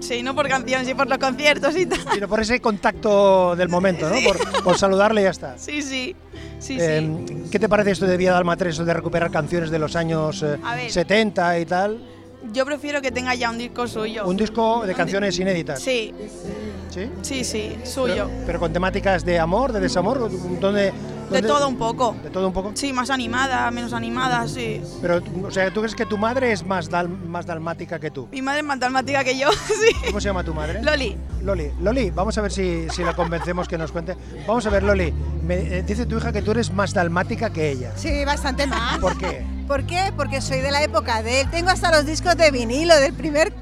Speaker 14: Sí, no por canciones, sí por los conciertos y tal.
Speaker 1: Sino por ese contacto del momento, ¿no? Por, por saludarle y ya está.
Speaker 14: Sí, sí. Sí, sí.
Speaker 1: Eh, ¿Qué te parece esto de Vía Dalma 3 o de recuperar canciones de los años eh,
Speaker 14: A ver.
Speaker 1: 70 y tal?
Speaker 14: Yo prefiero que tenga ya un disco suyo.
Speaker 1: Un disco de canciones inéditas.
Speaker 14: Sí.
Speaker 1: ¿Sí?
Speaker 14: Sí, sí,
Speaker 1: Pero,
Speaker 14: suyo.
Speaker 1: pero con temáticas de amor, de desamor, ¿dónde,
Speaker 14: De
Speaker 1: ¿Dónde-
Speaker 14: todo un poco.
Speaker 1: ¿De todo un poco?
Speaker 14: Sí, más animada, menos animada, sí.
Speaker 1: Pero, o sea, ¿tú crees que tu madre es más, dal- más dalmática que tú?
Speaker 14: Mi madre es más dalmática que yo, sí.
Speaker 1: ¿Cómo se llama tu madre?
Speaker 14: Loli.
Speaker 1: Loli, Loli, vamos a ver si, si la convencemos que nos cuente. Vamos a ver, Loli, me, eh, dice tu hija que tú eres más dalmática que ella.
Speaker 15: Sí, bastante más.
Speaker 1: ¿Por qué?
Speaker 15: ¿Por qué? Porque soy de la época de él. Tengo hasta los discos de vinilo del primer.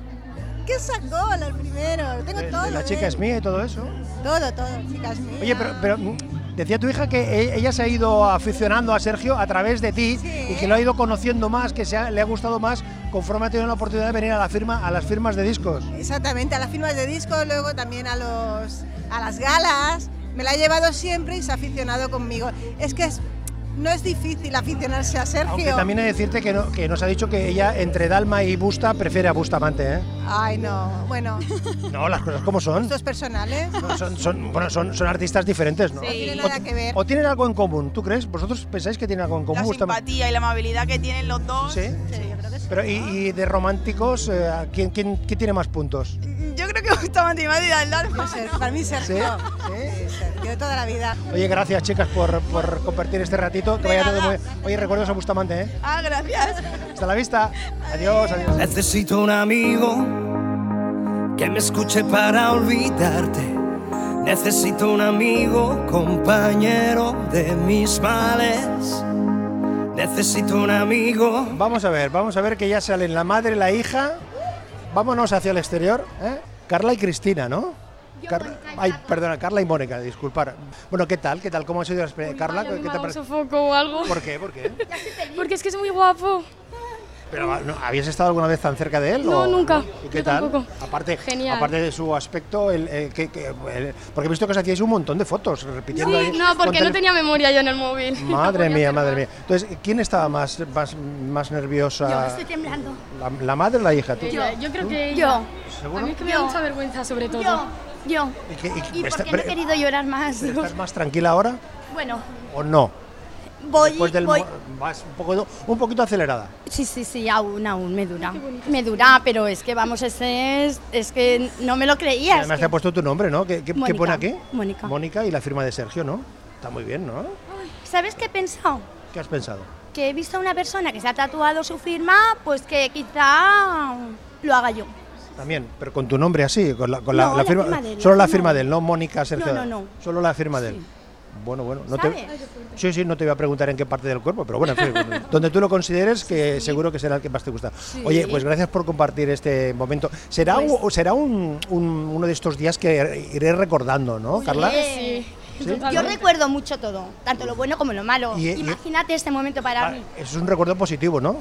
Speaker 15: ¿Qué sacó? El primero. Lo tengo
Speaker 1: De- de
Speaker 15: todo.
Speaker 1: la
Speaker 15: de
Speaker 1: chica
Speaker 15: él.
Speaker 1: es mía y todo eso.
Speaker 15: Todo, todo. Chicas mías.
Speaker 1: Oye, pero, pero, mm, decía tu hija que e- ella se ha ido aficionando a Sergio a través de ti y que lo ha ido conociendo más, que se ha- le ha gustado más conforme ha tenido la oportunidad de venir a la firma, a las firmas de discos.
Speaker 15: Exactamente, a las firmas de discos, luego también a, los, a las galas. Me la ha llevado siempre y se ha aficionado conmigo. Es que es- no es difícil aficionarse a Sergio.
Speaker 1: Aunque también he de decirte que, no- que nos ha dicho que ella entre Dalma y Busta prefiere a Bustamante, ¿eh?
Speaker 15: Ay, no. Bueno,
Speaker 1: No, las cosas como son.
Speaker 15: estos personales
Speaker 1: Son, son- bueno, son, son artistas diferentes, ¿no?
Speaker 15: no tienen nada que ver.
Speaker 1: ¿O tienen algo en común? ¿Tú crees? ¿Vosotros pensáis que tienen algo en común?
Speaker 14: La
Speaker 1: Bustamante?
Speaker 14: simpatía y la amabilidad que tienen los dos.
Speaker 1: Sí. Pero, y, y de románticos, eh, ¿quién, quién, quién tiene más puntos?
Speaker 14: Yo creo que Bustamante y Madrid al
Speaker 15: Para mí Sergio. Sí, Sergio de toda la vida.
Speaker 1: Oye, gracias chicas por, por compartir este ratito. Que vaya todo muy... Oye, recuerdos a Bustamante, ¿eh?
Speaker 14: Ah, gracias.
Speaker 1: Hasta la vista. Adiós, adiós.
Speaker 4: Necesito un amigo que me escuche para olvidarte. Necesito un amigo, compañero de mis males. Necesito un amigo.
Speaker 1: Vamos a ver, vamos a ver que ya salen la madre, la hija. Vámonos hacia el exterior. ¿eh? Carla y Cristina, ¿no? Car- Ay, perdona, Carla y Mónica, disculpar. Bueno, ¿qué tal? ¿Qué tal? ¿Cómo ha sido la experiencia?
Speaker 9: Pues
Speaker 1: Carla, ¿qué te parece?
Speaker 9: sofoco o algo.
Speaker 1: ¿Por qué? ¿Por qué?
Speaker 9: Porque es que es muy guapo.
Speaker 1: Pero, ¿no? ¿Habías estado alguna vez tan cerca de él?
Speaker 9: No,
Speaker 1: o-
Speaker 9: nunca.
Speaker 1: ¿Y qué
Speaker 9: Yo
Speaker 1: tal?
Speaker 9: tampoco.
Speaker 1: Aparte,
Speaker 9: Genial.
Speaker 1: aparte de su aspecto, el, el- que- que- el- porque he visto que os hacíais un montón de fotos repitiendo
Speaker 9: Sí,
Speaker 1: ahí.
Speaker 9: no,
Speaker 1: con
Speaker 9: porque no
Speaker 1: tele-
Speaker 9: tenía memoria yo en el móvil. No
Speaker 1: Madre
Speaker 9: podía
Speaker 1: mía,
Speaker 9: hacer
Speaker 1: madre
Speaker 9: nada.
Speaker 1: mía. Entonces, ¿quién estaba más, más, más nerviosa?
Speaker 9: temblando.
Speaker 1: ¿La, la madre o la hija? ¿Tú?
Speaker 9: Yo, yo creo que.
Speaker 16: este Yo.
Speaker 1: ¿Seguro?
Speaker 9: A mí es que me da mucha vergüenza, sobre todo.
Speaker 16: Yo, yo.
Speaker 1: ¿Y, qué-
Speaker 16: ¿Y por
Speaker 1: está-
Speaker 16: qué no he
Speaker 1: pero-
Speaker 16: querido llorar más?
Speaker 1: pero ¿Estás más tranquila ahora
Speaker 16: Bueno,
Speaker 1: o no?
Speaker 16: voy,
Speaker 1: Después del
Speaker 16: voy.
Speaker 1: mo- vas un poco, un poquito acelerada.
Speaker 16: Sí, sí, sí, aún, aún, me dura. Me dura, pero es que vamos, ese es, es que no me lo creía. es
Speaker 1: Además
Speaker 16: que-
Speaker 1: te ha puesto tu nombre, ¿no? ¿Qué, qué- qué
Speaker 16: Mónica,
Speaker 1: pone aquí?
Speaker 16: Mónica.
Speaker 1: Mónica y la firma de Sergio, ¿no? Está muy bien, ¿no?
Speaker 16: ¿Sabes qué he pensado?
Speaker 1: ¿Qué has pensado?
Speaker 16: Que he visto a una persona que se ha tatuado su firma, pues que quizá lo haga yo.
Speaker 1: También, pero con tu nombre así, con la, con la-
Speaker 16: No,
Speaker 1: la
Speaker 16: la
Speaker 1: firma,
Speaker 16: firma de él, la
Speaker 1: solo la
Speaker 16: firma
Speaker 1: firma
Speaker 16: de
Speaker 1: de él, no Mónica Sergio.
Speaker 16: No, no, no.
Speaker 1: Solo la firma de él. Bueno, bueno, no te,
Speaker 16: ¿Sabes?
Speaker 1: sí, sí, no te iba a preguntar en qué parte del cuerpo, pero bueno, en fin, donde tú lo consideres, que seguro que será el que más te gusta.
Speaker 16: Sí.
Speaker 1: Oye, pues gracias por compartir este momento. Será,
Speaker 16: Pues-
Speaker 1: u- será un- un- uno de estos días que iré recordando, ¿no, Carla?
Speaker 16: Sí.
Speaker 1: ¿Sí?
Speaker 16: Yo recuerdo mucho todo, tanto lo bueno como lo malo.
Speaker 1: Y- y-
Speaker 16: Imagínate este momento para mí.
Speaker 1: Es un recuerdo positivo, ¿no?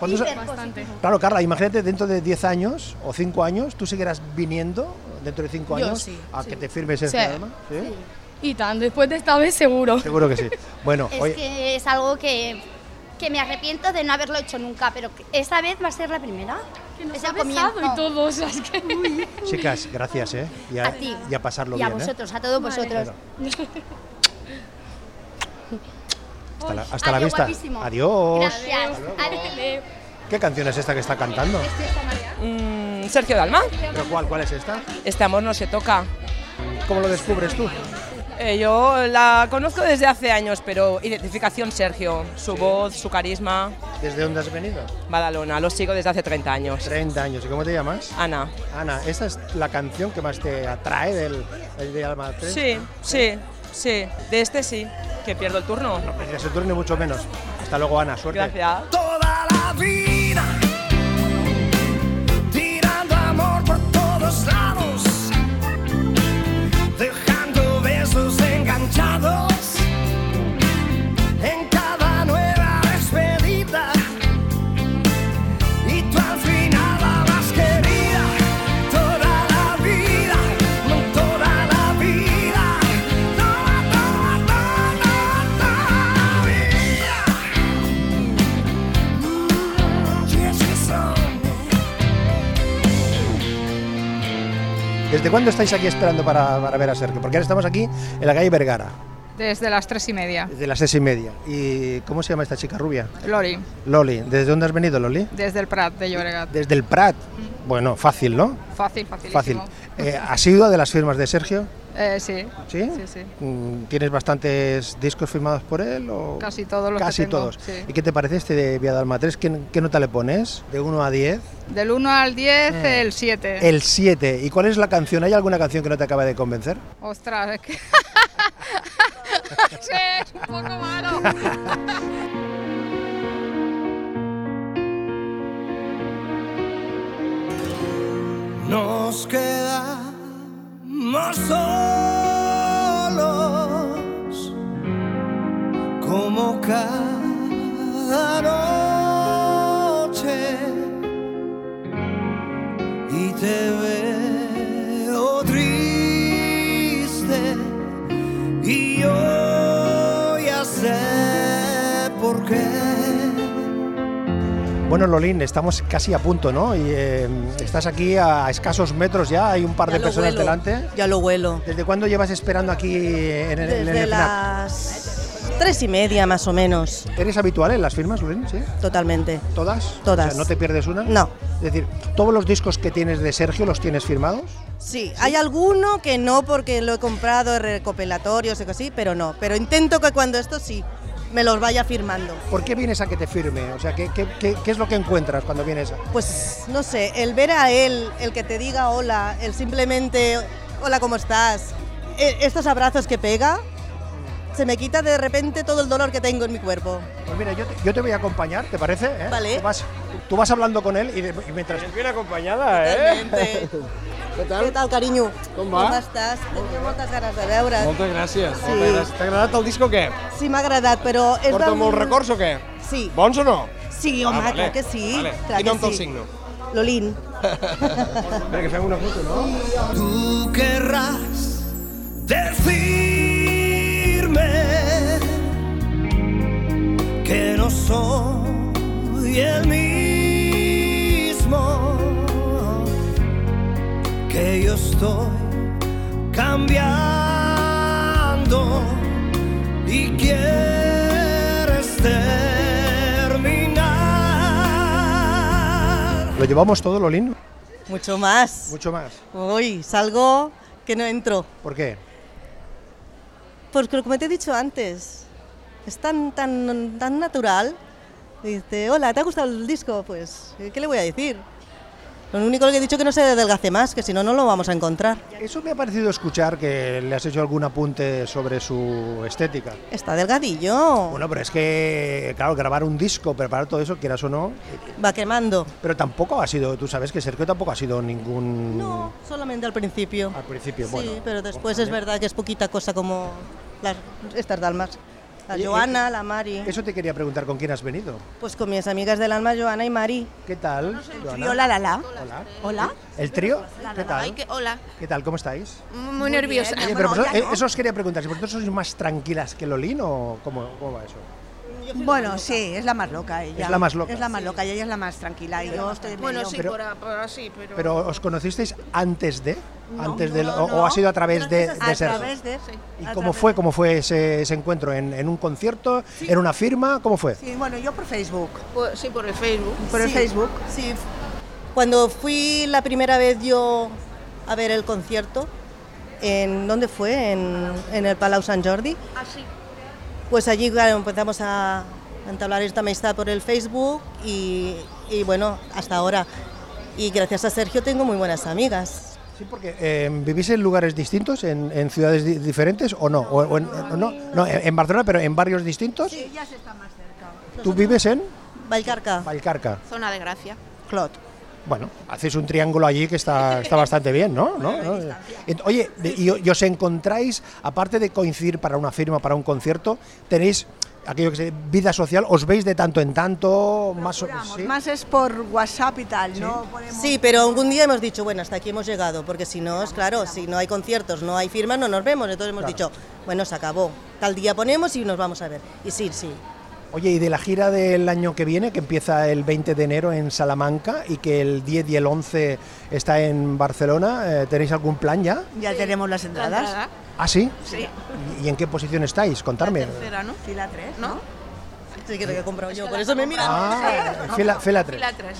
Speaker 1: ¿Cuántos-
Speaker 16: Bastante.
Speaker 1: Claro, Carla, imagínate dentro de 10 años o 5 años, tú seguirás viniendo dentro de 5
Speaker 9: Yo
Speaker 1: años
Speaker 9: sí,
Speaker 1: a
Speaker 9: sí.
Speaker 1: que te firmes este
Speaker 9: Sí.
Speaker 1: alma. ¿Sí?
Speaker 9: Y tan, después de esta vez, seguro.
Speaker 1: Seguro que sí. Bueno,
Speaker 16: Es
Speaker 1: oye,
Speaker 16: que es algo que, que me arrepiento de no haberlo hecho nunca, pero que esta vez va a ser la primera. Que
Speaker 9: nos ha besado y todo, o sea, es que-
Speaker 1: chicas, gracias, ¿eh? Y a,
Speaker 16: A ti.
Speaker 1: y a pasarlo
Speaker 16: y a
Speaker 1: bien, ¿eh?
Speaker 16: vosotros, a todos vosotros.
Speaker 1: Hasta la, hasta la
Speaker 16: Adiós,
Speaker 1: vista.
Speaker 16: guapísimo.
Speaker 1: Adiós.
Speaker 16: Gracias. Adiós.
Speaker 1: ¿Qué canción es esta que está cantando?
Speaker 16: Este
Speaker 17: Mm, Sergio Dalma.
Speaker 1: ¿Pero cuál, cuál es esta?
Speaker 17: Este amor no se toca.
Speaker 1: ¿Cómo lo descubres tú?
Speaker 17: Eh, yo la conozco desde hace años, pero identificación Sergio, su voz, su carisma.
Speaker 1: ¿Desde dónde has venido?
Speaker 17: Badalona, lo sigo desde hace 30 años.
Speaker 1: 30 años. ¿Y cómo te llamas?
Speaker 17: Ana.
Speaker 1: Ana, ¿esta es la canción que más te atrae del, del de Alma 3?
Speaker 17: Sí, sí, sí. De este sí, que pierdo el turno.
Speaker 1: Ni Pues se turne mucho menos. Hasta luego, Ana. Suerte.
Speaker 17: Gracias.
Speaker 4: Toda la vida tirando amor por todos lados, dejando besos enganchados en cada nueva despedida. Y tú al final la más querida, toda la vida, no toda la vida, toda, toda, toda, toda la vida.
Speaker 1: ¿Desde cuándo estáis aquí esperando para, para ver a Sergio? Porque ahora estamos aquí en la calle Vergara,
Speaker 18: Desde las tres y media.
Speaker 1: desde las seis y media. ¿Y cómo se llama esta chica rubia?
Speaker 18: Lori,
Speaker 1: Loli. ¿Desde dónde has venido, Loli?
Speaker 18: desde el Prat de Llobregat.
Speaker 1: Desde el Prat. Bueno, fácil, ¿no?
Speaker 18: Fácil, facilísimo.
Speaker 1: Fácil. Eh, ¿Has ido a de las firmas de Sergio?
Speaker 18: Eh, sí.
Speaker 1: ¿Sí?
Speaker 18: Sí, sí.
Speaker 1: Mm, ¿Tienes bastantes discos firmados por él? O...
Speaker 18: Casi todos los que
Speaker 1: Casi
Speaker 18: tengo,
Speaker 1: todos.
Speaker 18: sí.
Speaker 1: ¿Y qué te parece este de Vía Dalma 3? ¿Qué, qué nota le pones? ¿De 1 a 10?
Speaker 18: Del 1 al 10,
Speaker 1: Mm.
Speaker 18: el 7.
Speaker 1: El 7. ¿Y cuál es la canción? ¿Hay alguna canción que no te acaba de convencer?
Speaker 18: Ostras, es que... sí, es un poco malo.
Speaker 4: Nos quedamos solos como cada noche y te veo triste y yo ya sé por qué.
Speaker 1: Bueno, Lolín, estamos casi a punto, ¿no? Y eh, estás aquí a escasos metros ya, hay un par de personas delante.
Speaker 15: Ya lo huelo.
Speaker 1: ¿Desde cuándo llevas esperando aquí en el, en el
Speaker 15: Desde
Speaker 1: FNAC?
Speaker 15: las tres y media más o menos.
Speaker 1: ¿Eres habitual en las firmas, Lolín? Sí.
Speaker 15: Totalmente.
Speaker 1: ¿Todas?
Speaker 15: Todas.
Speaker 1: O sea, ¿No te pierdes una?
Speaker 15: No.
Speaker 1: Es decir, ¿todos los discos que tienes de Sergio los tienes firmados?
Speaker 15: Sí, hay alguno que no porque lo he comprado en recopilatorios y así, pero no. Pero intento que cuando esto sí, me los vaya firmando.
Speaker 1: ¿Por qué vienes a que te firme? O sea, ¿qué, qué- qué- qué es lo que encuentras cuando vienes? Eh,
Speaker 15: Pues no sé, el ver a él, el que te diga hola, el simplemente hola, ¿cómo estás? E- Estos abrazos que pega, se me quita de repente todo el dolor que tengo en mi cuerpo.
Speaker 1: Pues mira, yo te, yo te voy a acompañar, ¿te parece? eh?
Speaker 15: Vale.
Speaker 1: Tú vas, tú vas hablando con él y, de- y mientras... Bien acompañada,
Speaker 15: ¿eh?
Speaker 1: ¿Qué
Speaker 15: Què tal, carinyo?
Speaker 1: Com
Speaker 15: Com
Speaker 1: va?
Speaker 15: estàs? Tenia moltes ganes de veure't.
Speaker 19: Moltes gràcies.
Speaker 15: Sí.
Speaker 19: moltes gràcies. T'ha agradat el disc o què?
Speaker 15: Sí, m'ha agradat, però... És
Speaker 19: Porta
Speaker 15: vam-
Speaker 19: molts records o què?
Speaker 15: Sí.
Speaker 19: Bons o no?
Speaker 15: Sí, home,
Speaker 19: Ah, vale.
Speaker 15: clar que sí.
Speaker 19: Vale.
Speaker 15: Clar
Speaker 19: Quin nom
Speaker 15: que
Speaker 19: te'l
Speaker 15: sí.
Speaker 19: signo?
Speaker 15: L'Olin.
Speaker 1: Espera, que fem una foto, no?
Speaker 4: Tú querrás decirme que no soy el mismo, que yo estoy cambiando y quieres terminar.
Speaker 1: ¿Lo llevamos todo, Lolín?
Speaker 15: Mucho más.
Speaker 1: Mucho más.
Speaker 15: Uy, salgo que no entro.
Speaker 1: ¿Por qué?
Speaker 15: Porque como te he dicho antes, es tan, tan, tan natural. Dice, hola, ¿te ha gustado el disco? Pues, ¿qué le voy a decir? Lo único que he dicho es que no se adelgace más, que si no, no lo vamos a encontrar.
Speaker 1: Eso me ha parecido escuchar que le has hecho algún apunte sobre su estética.
Speaker 15: Está delgadillo.
Speaker 1: Bueno, pero es que, claro, grabar un disco, preparar todo eso, quieras o no.
Speaker 15: Va quemando.
Speaker 1: Pero tampoco ha sido, tú sabes que Sergio tampoco ha sido ningún. No.
Speaker 15: Solamente al principio.
Speaker 1: Al principio,
Speaker 15: sí,
Speaker 1: bueno.
Speaker 15: pero después es verdad que es poquita cosa como las, estas dalmas. La
Speaker 1: Oye,
Speaker 15: Joana, la Mari.
Speaker 1: eh, Eso te quería preguntar, ¿con quién has venido?
Speaker 15: Pues con mis amigas del alma, Joana y Mari.
Speaker 1: ¿Qué tal? Joana?
Speaker 15: Hola, la la.
Speaker 1: Hola.
Speaker 15: Hola.
Speaker 1: ¿El trío? ¿Qué
Speaker 20: Ay,
Speaker 1: tal?
Speaker 20: que- hola.
Speaker 1: ¿Qué tal? ¿Cómo estáis?
Speaker 20: Muy, nerviosa.
Speaker 1: Oye, pero vosotros- eh, eso os quería preguntar, si vosotros sois más tranquilas que Lolín o cómo, cómo va eso.
Speaker 21: Bueno, sí, es la más loca ella.
Speaker 1: Es la más loca.
Speaker 21: Es la más loca y ella es la más tranquila. Y yo estoy en
Speaker 20: Bueno,
Speaker 21: medio.
Speaker 20: sí, por, a- por así, pero...
Speaker 1: Pero os conocisteis antes de,
Speaker 21: No,
Speaker 1: antes de,
Speaker 21: no,
Speaker 1: o, o
Speaker 21: no.
Speaker 1: ha sido a través de,
Speaker 21: Gracias
Speaker 1: de
Speaker 21: Pues a- a
Speaker 1: Sergio.
Speaker 21: través de-
Speaker 1: ¿Y
Speaker 21: a
Speaker 1: cómo
Speaker 21: través-
Speaker 1: fue, cómo fue ese, ese encuentro? ¿En, en un concierto? ¿En una firma? ¿Cómo fue?
Speaker 21: Sí, bueno, yo por Facebook.
Speaker 20: Por- sí, por el Facebook.
Speaker 21: Por el
Speaker 15: Sí,
Speaker 21: Facebook.
Speaker 15: Sí. Cuando fui la primera vez yo a ver el concierto, ¿en dónde fue? En, en el Palau San Jordi.
Speaker 20: Así.
Speaker 15: Pues allí claro, empezamos a entablar esta amistad por el Facebook y, y bueno, hasta ahora. Y gracias a Sergio tengo muy buenas amigas.
Speaker 1: Sí, porque Eh, ¿Vivís en lugares distintos, en, en ciudades di- diferentes o no? ¿O, o en, o no? No, en en Barcelona, pero en barrios distintos.
Speaker 21: ya se está más cerca.
Speaker 1: ¿Tú vives en?
Speaker 15: Valcarca.
Speaker 1: Valcarca.
Speaker 20: Zona de gracia.
Speaker 15: Clot.
Speaker 1: Bueno, hacéis un triángulo allí que está, está bastante bien, ¿no? ¿No? ¿No? Ent- Oye, de- y, y os encontráis, aparte de coincidir para una firma, para un concierto, tenéis aquello que se vida social, os veis de tanto en tanto, más o sí.
Speaker 21: Más es por WhatsApp y tal, ¿no? Podemos-
Speaker 15: Pues Sí, pero algún día hemos dicho, bueno, hasta aquí hemos llegado, porque si no, es claro, si no hay conciertos, no hay firmas, no nos vemos. Entonces hemos
Speaker 1: Claro.
Speaker 15: dicho, bueno, se acabó. Tal día ponemos y nos vamos a ver. Y sí, sí.
Speaker 1: Oye, y de la gira del año que viene, que empieza el 20 de enero en Salamanca y que el 10 y el 11 está en Barcelona, eh, ¿tenéis algún plan ya?
Speaker 21: Ya tenemos las entradas.
Speaker 1: ¿Ah, sí?
Speaker 21: Sí.
Speaker 15: Pues
Speaker 1: ¿Y en qué posición estáis? Contarme.
Speaker 21: ¿no? Fila 3, ¿no?
Speaker 15: Sí, que lo he comprado yo, por eso me miran.
Speaker 1: Ah, fila- fila tres.
Speaker 15: Fila tres.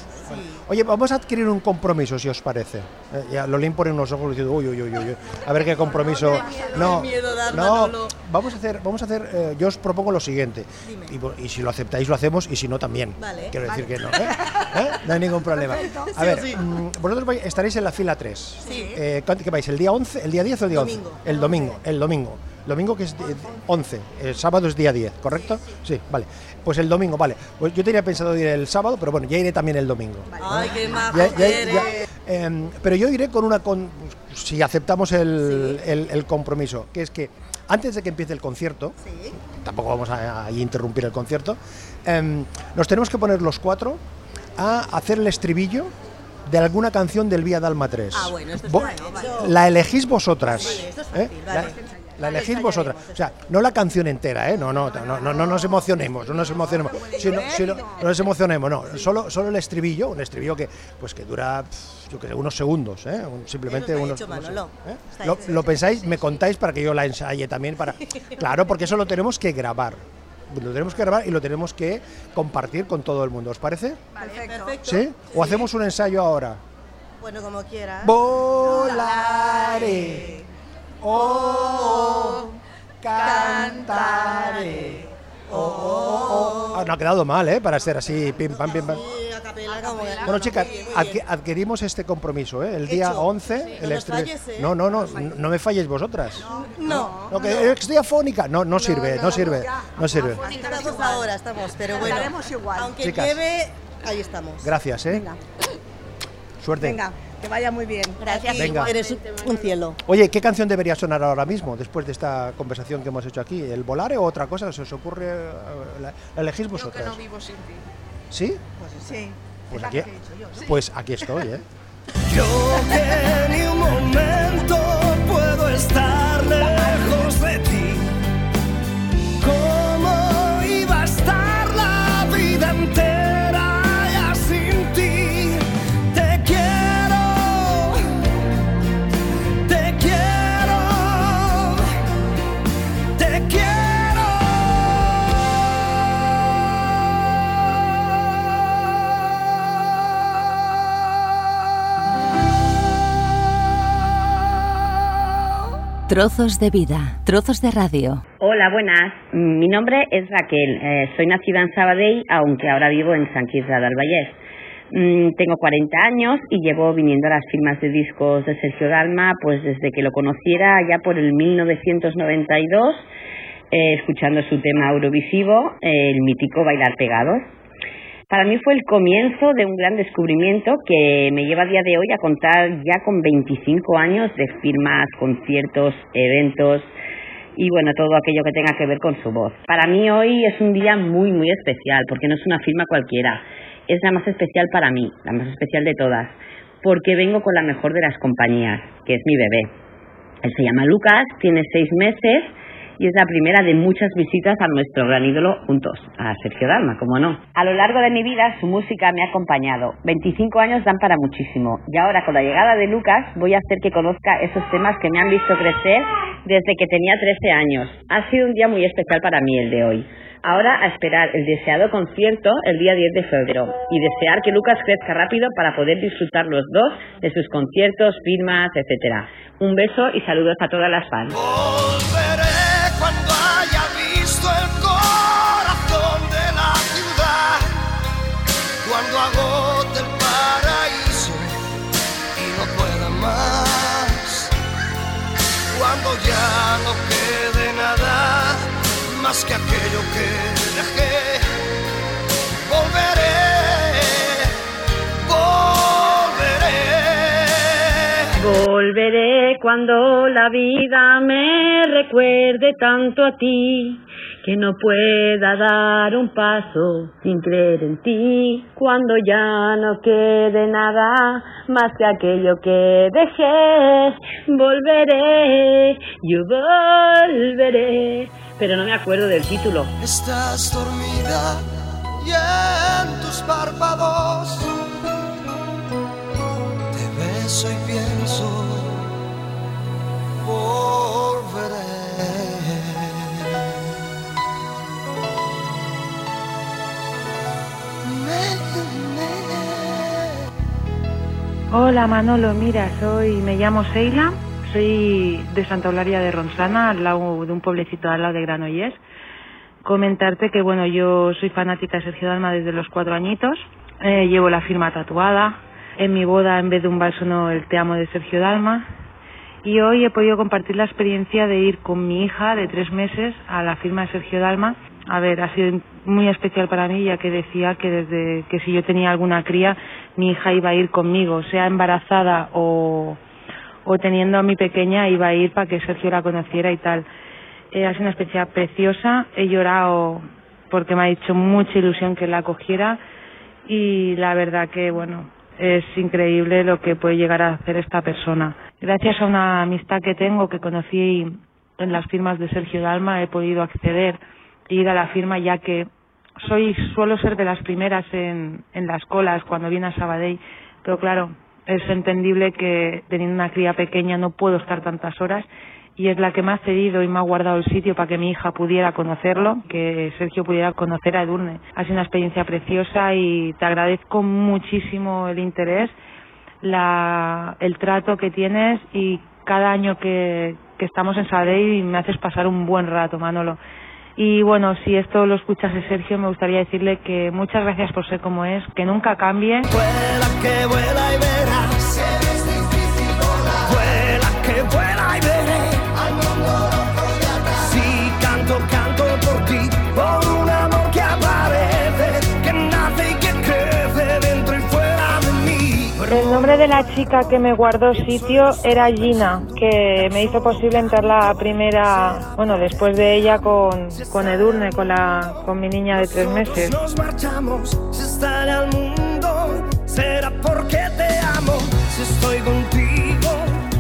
Speaker 1: Oye, vamos a adquirir un compromiso, si os parece. Eh, ya, lo leen por en los ojos diciendo, uy, uy, uy, uy, uy, a ver qué compromiso. No,
Speaker 15: da miedo dar,
Speaker 1: no,
Speaker 15: Manolo.
Speaker 1: vamos a hacer, vamos a hacer, eh, yo os propongo lo siguiente. Y, vo- y si lo aceptáis, lo hacemos, y si no, también.
Speaker 15: Vale.
Speaker 1: Quiero decir
Speaker 15: Vale.
Speaker 1: que no, ¿eh? ¿Eh? No hay ningún problema.
Speaker 15: Perfecto.
Speaker 1: A
Speaker 15: Sí,
Speaker 1: ver,
Speaker 15: sí.
Speaker 1: mm, vosotros vais- estaréis en la fila 3.
Speaker 15: Sí.
Speaker 1: ¿Qué vais? ¿El día 11? ¿El día 10 o el día 11?
Speaker 15: Domingo.
Speaker 1: El domingo, el domingo. Domingo que es eh, 11, el sábado es día 10, ¿correcto? Sí, vale. Pues el domingo, vale. Pues yo tenía pensado ir el sábado, pero bueno, ya iré también el domingo.
Speaker 15: Ay, qué majo
Speaker 1: Ya- ya-
Speaker 15: eres.
Speaker 1: ya- Em, pero yo iré con una. con- si aceptamos el, el- el compromiso, que es que antes de que empiece el concierto, tampoco vamos a, a interrumpir el concierto, em, nos tenemos que poner los cuatro a hacer el estribillo de alguna canción del Vía Dalma 3.
Speaker 15: Ah, bueno, esto es
Speaker 1: Vo-
Speaker 15: bueno, vale.
Speaker 1: La elegís vosotras. ¿eh?
Speaker 15: vale.
Speaker 1: La, la elegís vosotras. O sea, no la canción entera, ¿eh? No, no, no, no, no nos emocionemos, no nos emocionemos. Si no, si no- no nos emocionemos, no. Solo, solo el estribillo, un estribillo que, pues que dura, pf, yo qué sé, unos segundos, ¿eh? Un- Simplemente unos.
Speaker 15: hecho,
Speaker 1: unos-
Speaker 15: Manolo.
Speaker 1: ¿eh? Lo, lo pensáis, me contáis para que yo la ensaye también. Para... Claro, porque eso lo tenemos que grabar. Lo tenemos que grabar y lo tenemos que compartir con todo el mundo. ¿Os parece?
Speaker 15: Perfecto.
Speaker 1: ¿Sí? ¿O hacemos un ensayo ahora?
Speaker 15: Bueno, como quieras.
Speaker 1: Volare. Oh,
Speaker 15: cantaré. Oh,
Speaker 1: Ah, no ha quedado mal, ¿eh? Para ser así, pim, pam, pim, pam.
Speaker 15: Ah,
Speaker 1: Bueno, chicas, adqui- adquirimos este compromiso, ¿eh? El día
Speaker 15: Hecho.
Speaker 1: 11,
Speaker 15: Sí. No
Speaker 1: el
Speaker 15: nos
Speaker 1: estreno-
Speaker 15: falles, ¿eh?
Speaker 1: No, no, no, no, me falles vosotras.
Speaker 15: No.
Speaker 1: No, que estoy afónica. No, no sirve, no, sirve, no
Speaker 15: Ah,
Speaker 1: sirve.
Speaker 15: Estamos ahora, estamos, pero bueno.
Speaker 21: Cantaremos igual.
Speaker 15: Aunque
Speaker 1: Chicas.
Speaker 15: lleve, ahí estamos.
Speaker 1: Gracias, ¿eh? Suerte.
Speaker 21: Venga, que vaya muy bien.
Speaker 15: Gracias.
Speaker 1: Venga.
Speaker 15: Eres un, un cielo.
Speaker 1: Oye, ¿qué canción debería sonar ahora mismo, después de esta conversación que hemos hecho aquí? ¿El volare o otra cosa? ¿Se os ocurre? eh, ¿La la
Speaker 20: Yo
Speaker 1: elegís
Speaker 20: que
Speaker 1: vosotras?
Speaker 20: no vivo sin ti.
Speaker 1: ¿Sí?
Speaker 21: Sí.
Speaker 1: Pues aquí, pues aquí estoy, ¿eh?
Speaker 4: Yo que ni un momento puedo estar lejos de ti. ¿Cómo iba a estar la vida entera ya sin ti? Te quiero, te quiero, te quiero.
Speaker 2: Trozos de vida, trozos de radio.
Speaker 22: Hola, buenas. Mm, Mi nombre es Raquel. Eh, soy nacida en Sabadell, aunque ahora vivo en San Quirze del Vallés. Mm, tengo 40 años y llevo viniendo a las firmas de discos de Sergio Dalma pues desde que lo conociera ya por el 1992, eh, escuchando su tema Eurovisivo, eh, el mítico Bailar Pegados. Para mí fue el comienzo de un gran descubrimiento que me lleva a día de hoy a contar ya con 25 años de firmas, conciertos, eventos, y bueno, todo aquello que tenga que ver con su voz. Para mí hoy es un día muy, muy especial, porque no es una firma cualquiera, es la más especial para mí, la más especial de todas, porque vengo con la mejor de las compañías, que es mi bebé. Él se llama Lucas, tiene seis meses y es la primera de muchas visitas a nuestro gran ídolo juntos, a Sergio Dalma, como no. A lo largo de mi vida su música me ha acompañado. 25 años dan para muchísimo y ahora con la llegada de Lucas voy a hacer que conozca esos temas que me han visto crecer desde que tenía 13 años. Ha sido un día muy especial para mí el de hoy. Ahora a esperar el deseado concierto el día 10 de febrero y desear que Lucas crezca rápido para poder disfrutar los dos de sus conciertos, firmas, etcétera. Un beso y saludos a todas las fans.
Speaker 4: Volveré cuando haya visto el corazón de la ciudad, cuando agote el paraíso y no pueda más, cuando ya no quede nada más que aquello que dejé. Volveré, volveré.
Speaker 22: Volveré cuando la vida me recuerde tanto a ti, que no pueda dar un paso sin creer en ti, cuando ya no quede nada más que aquello que dejé. Volveré, yo volveré, pero no me acuerdo del título.
Speaker 4: Estás dormida y en tus párpados te beso y pienso volveré.
Speaker 6: Hola Manolo, mira, soy, me llamo Seila, soy de Santa Eulalia de Ronsana, al lado de un pueblecito al lado de Granollers. Comentarte que bueno, yo soy fanática de Sergio Dalma desde los cuatro añitos, Eh, llevo la firma tatuada, en mi boda en vez de un bálsamo el Te amo de Sergio Dalma y hoy he podido compartir la experiencia de ir con mi hija de tres meses a la firma de Sergio Dalma. A ver, ha sido muy especial para mí ya que decía que desde que si yo tenía alguna cría mi hija iba a ir conmigo, sea embarazada o, o teniendo a mi pequeña iba a ir para que Sergio la conociera y tal. Eh, ha sido una experiencia preciosa, he llorado porque me ha hecho mucha ilusión que la cogiera y la verdad que bueno, es increíble lo que puede llegar a hacer esta persona. Gracias a una amistad que tengo que conocí en las firmas de Sergio Dalma he podido acceder e ir a la firma ya que soy suelo ser de las primeras en, en las colas cuando viene a Sabadell, pero claro, es entendible que teniendo una cría pequeña no puedo estar tantas horas y es la que me ha cedido y me ha guardado el sitio para que mi hija pudiera conocerlo, que Sergio pudiera conocer a Edurne. Ha sido una experiencia preciosa y te agradezco muchísimo el interés, la, el trato que tienes y cada año que, que estamos en Sabadell me haces pasar un buen rato, Manolo. Y bueno, si esto lo escuchase Sergio, me gustaría decirle que muchas gracias por ser como es, que nunca cambie.
Speaker 4: que vuela y verás. Es difícil volar. Vuela que vuela y veré. Al mundo loco y atrás. Si canto, canto por ti, por un amor que aparece, que nace y que crece dentro y fuera de mí.
Speaker 6: El nombre de la chica que me guardó sitio era Gina, que me hizo posible entrar la primera, bueno, después de ella con, con Edurne, con, la, con mi niña de tres meses.
Speaker 4: Nos marchamos, si estaré al mundo, será porque te amo. Si estoy contigo,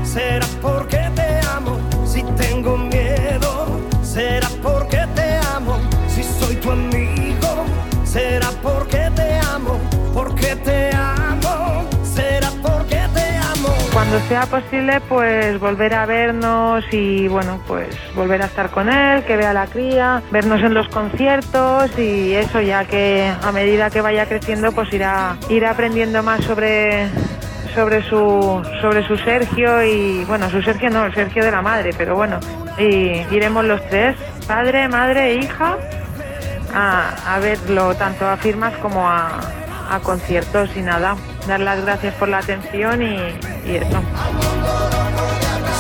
Speaker 4: será porque te amo. Si tengo miedo, será porque te amo. Si soy tu amigo, será porque te amo. Porque te amo, será porque te amo.
Speaker 6: Cuando sea posible, pues volver a vernos y, bueno, pues volver a estar con él, que vea la cría, vernos en los conciertos y eso, ya que a medida que vaya creciendo, pues irá, irá aprendiendo más sobre sobre su sobre su Sergio y bueno su Sergio no el Sergio de la madre pero bueno y iremos los tres padre madre e hija a, a verlo tanto a firmas como a, a conciertos y nada dar las gracias por la atención y, y eso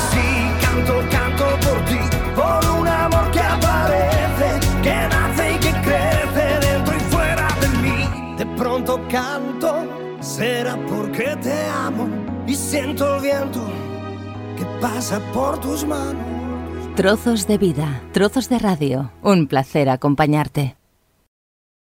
Speaker 4: Si canto, canto por ti, por un amor que aparece, que nace y que crece dentro y fuera de mí. De pronto canto, será porque te amo y siento el viento que pasa por tus manos.
Speaker 2: Trozos de vida, trozos de radio. Un placer acompañarte.